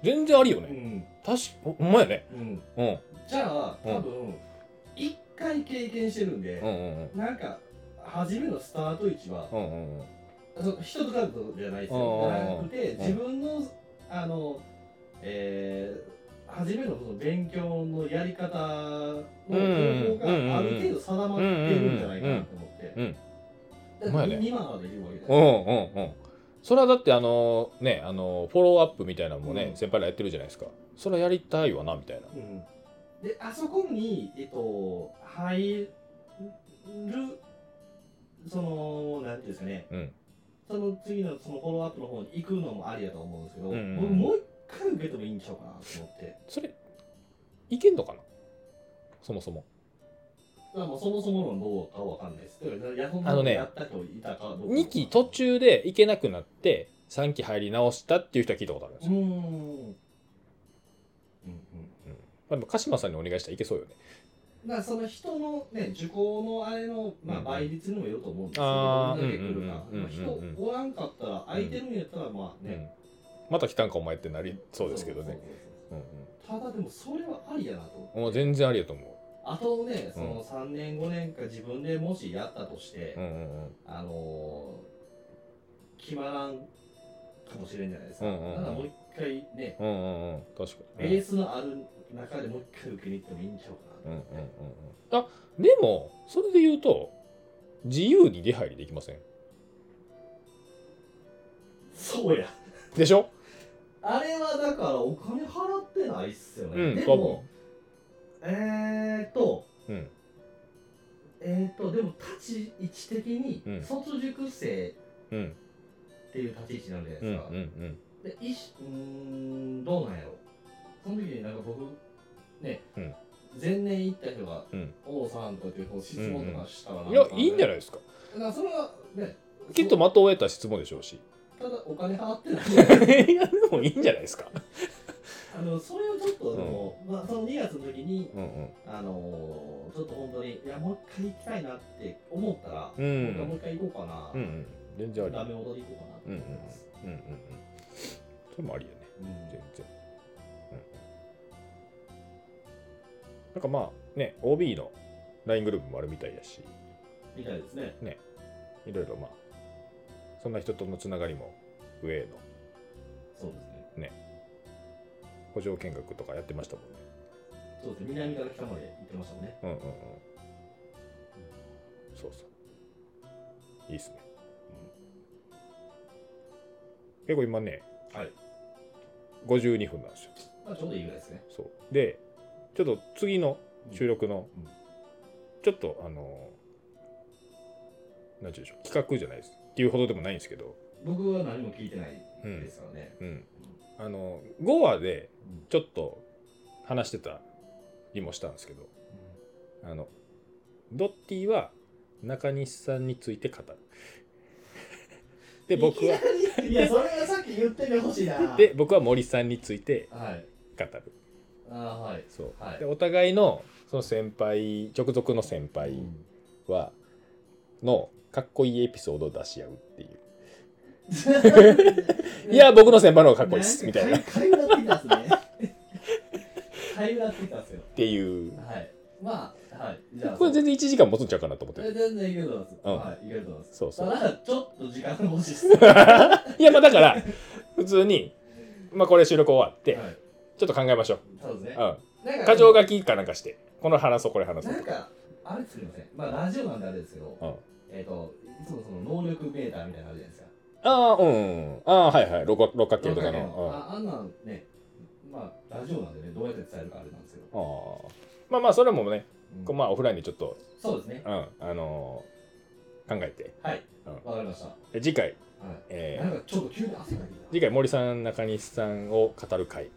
[SPEAKER 2] 全然ありよ
[SPEAKER 3] う
[SPEAKER 2] ね
[SPEAKER 3] ん
[SPEAKER 2] 確かほんまやね
[SPEAKER 3] うん
[SPEAKER 2] うん
[SPEAKER 3] じゃあ
[SPEAKER 2] うん
[SPEAKER 3] 多分一、回経験してるん
[SPEAKER 2] うん
[SPEAKER 3] で、
[SPEAKER 2] うん
[SPEAKER 3] なんか初めのスタート位置は
[SPEAKER 2] う、んうんうんうん
[SPEAKER 3] その人とかとじゃないです
[SPEAKER 2] うん
[SPEAKER 3] よ
[SPEAKER 2] うんうん
[SPEAKER 3] じゃなくて
[SPEAKER 2] ん
[SPEAKER 3] 自分のあのえー初めのその勉強のやり方の方法がある程度定まってるんじゃないかなと思って
[SPEAKER 2] うんうんうんうんうんうんうんうん
[SPEAKER 3] だ
[SPEAKER 2] ま
[SPEAKER 3] っ
[SPEAKER 2] あ
[SPEAKER 3] て
[SPEAKER 2] ね
[SPEAKER 3] 今までできるわけじゃ
[SPEAKER 2] う
[SPEAKER 3] ない
[SPEAKER 2] んうんうんそれはだってあのねあのフォローアップみたいなのもね、
[SPEAKER 3] うん
[SPEAKER 2] 先輩らやってるじゃないですかそれはやりたいわなみたいな
[SPEAKER 3] うんであそこに、えっと、入るそのなんていうんですかね
[SPEAKER 2] うん
[SPEAKER 3] その次のそのフォローアップの方に行くのもありだと思うんですけど、
[SPEAKER 2] うんうんうん
[SPEAKER 3] 僕もう一回受けてもいいんちゃうかなと思って。
[SPEAKER 2] それいけんのかなそもそも
[SPEAKER 3] まあ、もうそもそものどうかはわかんないです。
[SPEAKER 2] あのね
[SPEAKER 3] やった人いたかどうか
[SPEAKER 2] 2期途。中でいけなくなって3期入り直したっていう人は聞いたことあるんで
[SPEAKER 3] う
[SPEAKER 2] す
[SPEAKER 3] ー
[SPEAKER 2] よ、
[SPEAKER 3] ん。うん
[SPEAKER 2] まあ、でも鹿島さんにお願いしたらいけそうよね
[SPEAKER 3] うん。まあ、その人のね、受講のあれの、ま
[SPEAKER 2] う
[SPEAKER 3] あ、
[SPEAKER 2] ん
[SPEAKER 3] 倍率にもよると思うんですけ
[SPEAKER 2] あー
[SPEAKER 3] ど、どんだけ来るか。
[SPEAKER 2] うんうんうんうんうんうん
[SPEAKER 3] 人おらんかったら、空いてるんやったら、まあ
[SPEAKER 2] う
[SPEAKER 3] ね。
[SPEAKER 2] んまた来たんかお前ってなりそうですけどね
[SPEAKER 3] そうそうそう
[SPEAKER 2] うん
[SPEAKER 3] そう。ただでも、それはありやなと思って。
[SPEAKER 2] うんもう全然ありだと思
[SPEAKER 3] あとね、その3年、5年か自分でもしやったとして、
[SPEAKER 2] ううんうんうん
[SPEAKER 3] あのー、決まらんかもしれんじゃないですか。
[SPEAKER 2] うんうんうん
[SPEAKER 3] ただもう一回ね、
[SPEAKER 2] うんうんうん確か
[SPEAKER 3] ベ
[SPEAKER 2] に、
[SPEAKER 3] ースのある中でもう一回受けに行ってもいいんちゃう
[SPEAKER 2] う
[SPEAKER 3] か
[SPEAKER 2] んうう
[SPEAKER 3] なん
[SPEAKER 2] ん
[SPEAKER 3] と思っ
[SPEAKER 2] う
[SPEAKER 3] て、
[SPEAKER 2] んあでもそれで言うと自由に出入りできません
[SPEAKER 3] そうや
[SPEAKER 2] でしょ
[SPEAKER 3] あれはだからお金払ってないっすよね、
[SPEAKER 2] うん
[SPEAKER 3] で
[SPEAKER 2] 多分
[SPEAKER 3] もえーっと
[SPEAKER 2] うん
[SPEAKER 3] えーっとでも立ち位置的
[SPEAKER 2] う
[SPEAKER 3] に
[SPEAKER 2] ん
[SPEAKER 3] 卒塾生
[SPEAKER 2] うん
[SPEAKER 3] っていう立ち位置なんじゃない
[SPEAKER 2] うんう
[SPEAKER 3] で
[SPEAKER 2] ん
[SPEAKER 3] すか、
[SPEAKER 2] うん
[SPEAKER 3] でいしうーんどうなんやろその時になんか僕ね、
[SPEAKER 2] うん
[SPEAKER 3] 前年行った人が
[SPEAKER 2] うん
[SPEAKER 3] 「王さん」とかっていうこう質問とかしたらなんか
[SPEAKER 2] いやいいんじゃ
[SPEAKER 3] ない
[SPEAKER 2] ないですか
[SPEAKER 3] だからそれはね
[SPEAKER 2] きっと的を得た質問でしょう し
[SPEAKER 3] ただお金払ってない
[SPEAKER 2] い やでもいいんじゃないですか
[SPEAKER 3] あのそれをちょっとでも、まあ、その2月の時に、
[SPEAKER 2] うんうん
[SPEAKER 3] あのーちょっと本当にいやもう一回行きたいなって思ったら、
[SPEAKER 2] う
[SPEAKER 3] 僕はもうん一回行こうかな、
[SPEAKER 2] うんうん全然あり
[SPEAKER 3] ダメ元で行こうかなと思います、
[SPEAKER 2] うんうんうんそれもありやね
[SPEAKER 3] うん
[SPEAKER 2] 全然、うん、なんかまあね OB の LINE グループもあるみたいやし
[SPEAKER 3] みたいですね
[SPEAKER 2] いろいろまあそんな人とのつながりも上への
[SPEAKER 3] そうですね
[SPEAKER 2] 補助見学とかやってましたもんね
[SPEAKER 3] そうですね南から北まで行ってましたもんね
[SPEAKER 2] うんうんうんそうそういいっすね、結構今ね
[SPEAKER 3] はい
[SPEAKER 2] 52分なんですよ
[SPEAKER 3] まあちょうどいいぐらいですね
[SPEAKER 2] そうでちょっと次の収録の、
[SPEAKER 3] うんうん
[SPEAKER 2] ちょっとあの何て言うんでしょう企画じゃないですっていうほどでもないんですけど
[SPEAKER 3] 僕は何も聞いてない
[SPEAKER 2] うん
[SPEAKER 3] で、すからね、
[SPEAKER 2] うん、あの5話で
[SPEAKER 3] うん
[SPEAKER 2] ちょっと話してたりもしたんですけどあのドッティは中西さんについて語る で僕はい
[SPEAKER 3] きなりいやそれはさっき言っててほしいな
[SPEAKER 2] で僕は森さんについて
[SPEAKER 3] はい
[SPEAKER 2] 語る
[SPEAKER 3] あーはい
[SPEAKER 2] そう、
[SPEAKER 3] はい
[SPEAKER 2] でお互いのその先輩直属の先輩、
[SPEAKER 3] うん
[SPEAKER 2] はのかっこいいエピソードを出し合うっていう いや僕の先輩の方がかっこいいっすみたいな っ
[SPEAKER 3] かいかいぶらってきたっすね。かいぶらってきたっすよ。
[SPEAKER 2] ていう
[SPEAKER 3] はい。まあ、はい。じゃあ、
[SPEAKER 2] これ全然1時間持つんちゃうかなと思って
[SPEAKER 3] え
[SPEAKER 2] る
[SPEAKER 3] 全然いけると思います。
[SPEAKER 2] うん
[SPEAKER 3] はい、いけると思いま す。
[SPEAKER 2] そうそう
[SPEAKER 3] ただ、ちょっと時間が欲しいっす。
[SPEAKER 2] いやまあだから普通にまあこれ収録終わって
[SPEAKER 3] はい
[SPEAKER 2] ちょっと考えましょ
[SPEAKER 3] そうですね
[SPEAKER 2] う、。う
[SPEAKER 3] な
[SPEAKER 2] ん、
[SPEAKER 3] んか
[SPEAKER 2] 過剰書きかなんかしてこの話そうこれ話そう
[SPEAKER 3] なんか、あれすみません。まあ、ラジオなんであれですけど、
[SPEAKER 2] うん
[SPEAKER 3] えっと、いつもその能力メーターみたいなのあるじゃないですか。
[SPEAKER 2] ああ、うん。ああ、はいはい。六角六角形
[SPEAKER 3] 六
[SPEAKER 2] とか
[SPEAKER 3] 角形
[SPEAKER 2] の。
[SPEAKER 3] ああんなんね、まあ、ラジオなんでね、どうやって伝えるかあれなんですけど。
[SPEAKER 2] うん、ああまあまあ、それもね、
[SPEAKER 3] うん
[SPEAKER 2] こうまあ、オフラインでちょっと、
[SPEAKER 3] そうですね
[SPEAKER 2] う。ん、あのー考えて。
[SPEAKER 3] はい
[SPEAKER 2] うん。
[SPEAKER 3] わかりました。は
[SPEAKER 2] で次回、
[SPEAKER 3] い。
[SPEAKER 2] え
[SPEAKER 3] なん
[SPEAKER 2] ー
[SPEAKER 3] かちょっと急に汗が出て
[SPEAKER 2] 次回、森さん、中西さんを語る回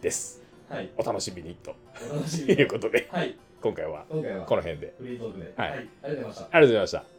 [SPEAKER 2] です。
[SPEAKER 3] きた。はい。
[SPEAKER 2] お楽しみにと
[SPEAKER 3] お楽し
[SPEAKER 2] い
[SPEAKER 3] みに
[SPEAKER 2] う。ことで、
[SPEAKER 3] はい。
[SPEAKER 2] 今回は
[SPEAKER 3] 今回は
[SPEAKER 2] この辺で。
[SPEAKER 3] フリートークで。
[SPEAKER 2] はい
[SPEAKER 3] ありがとうございました。
[SPEAKER 2] ありがとうございました。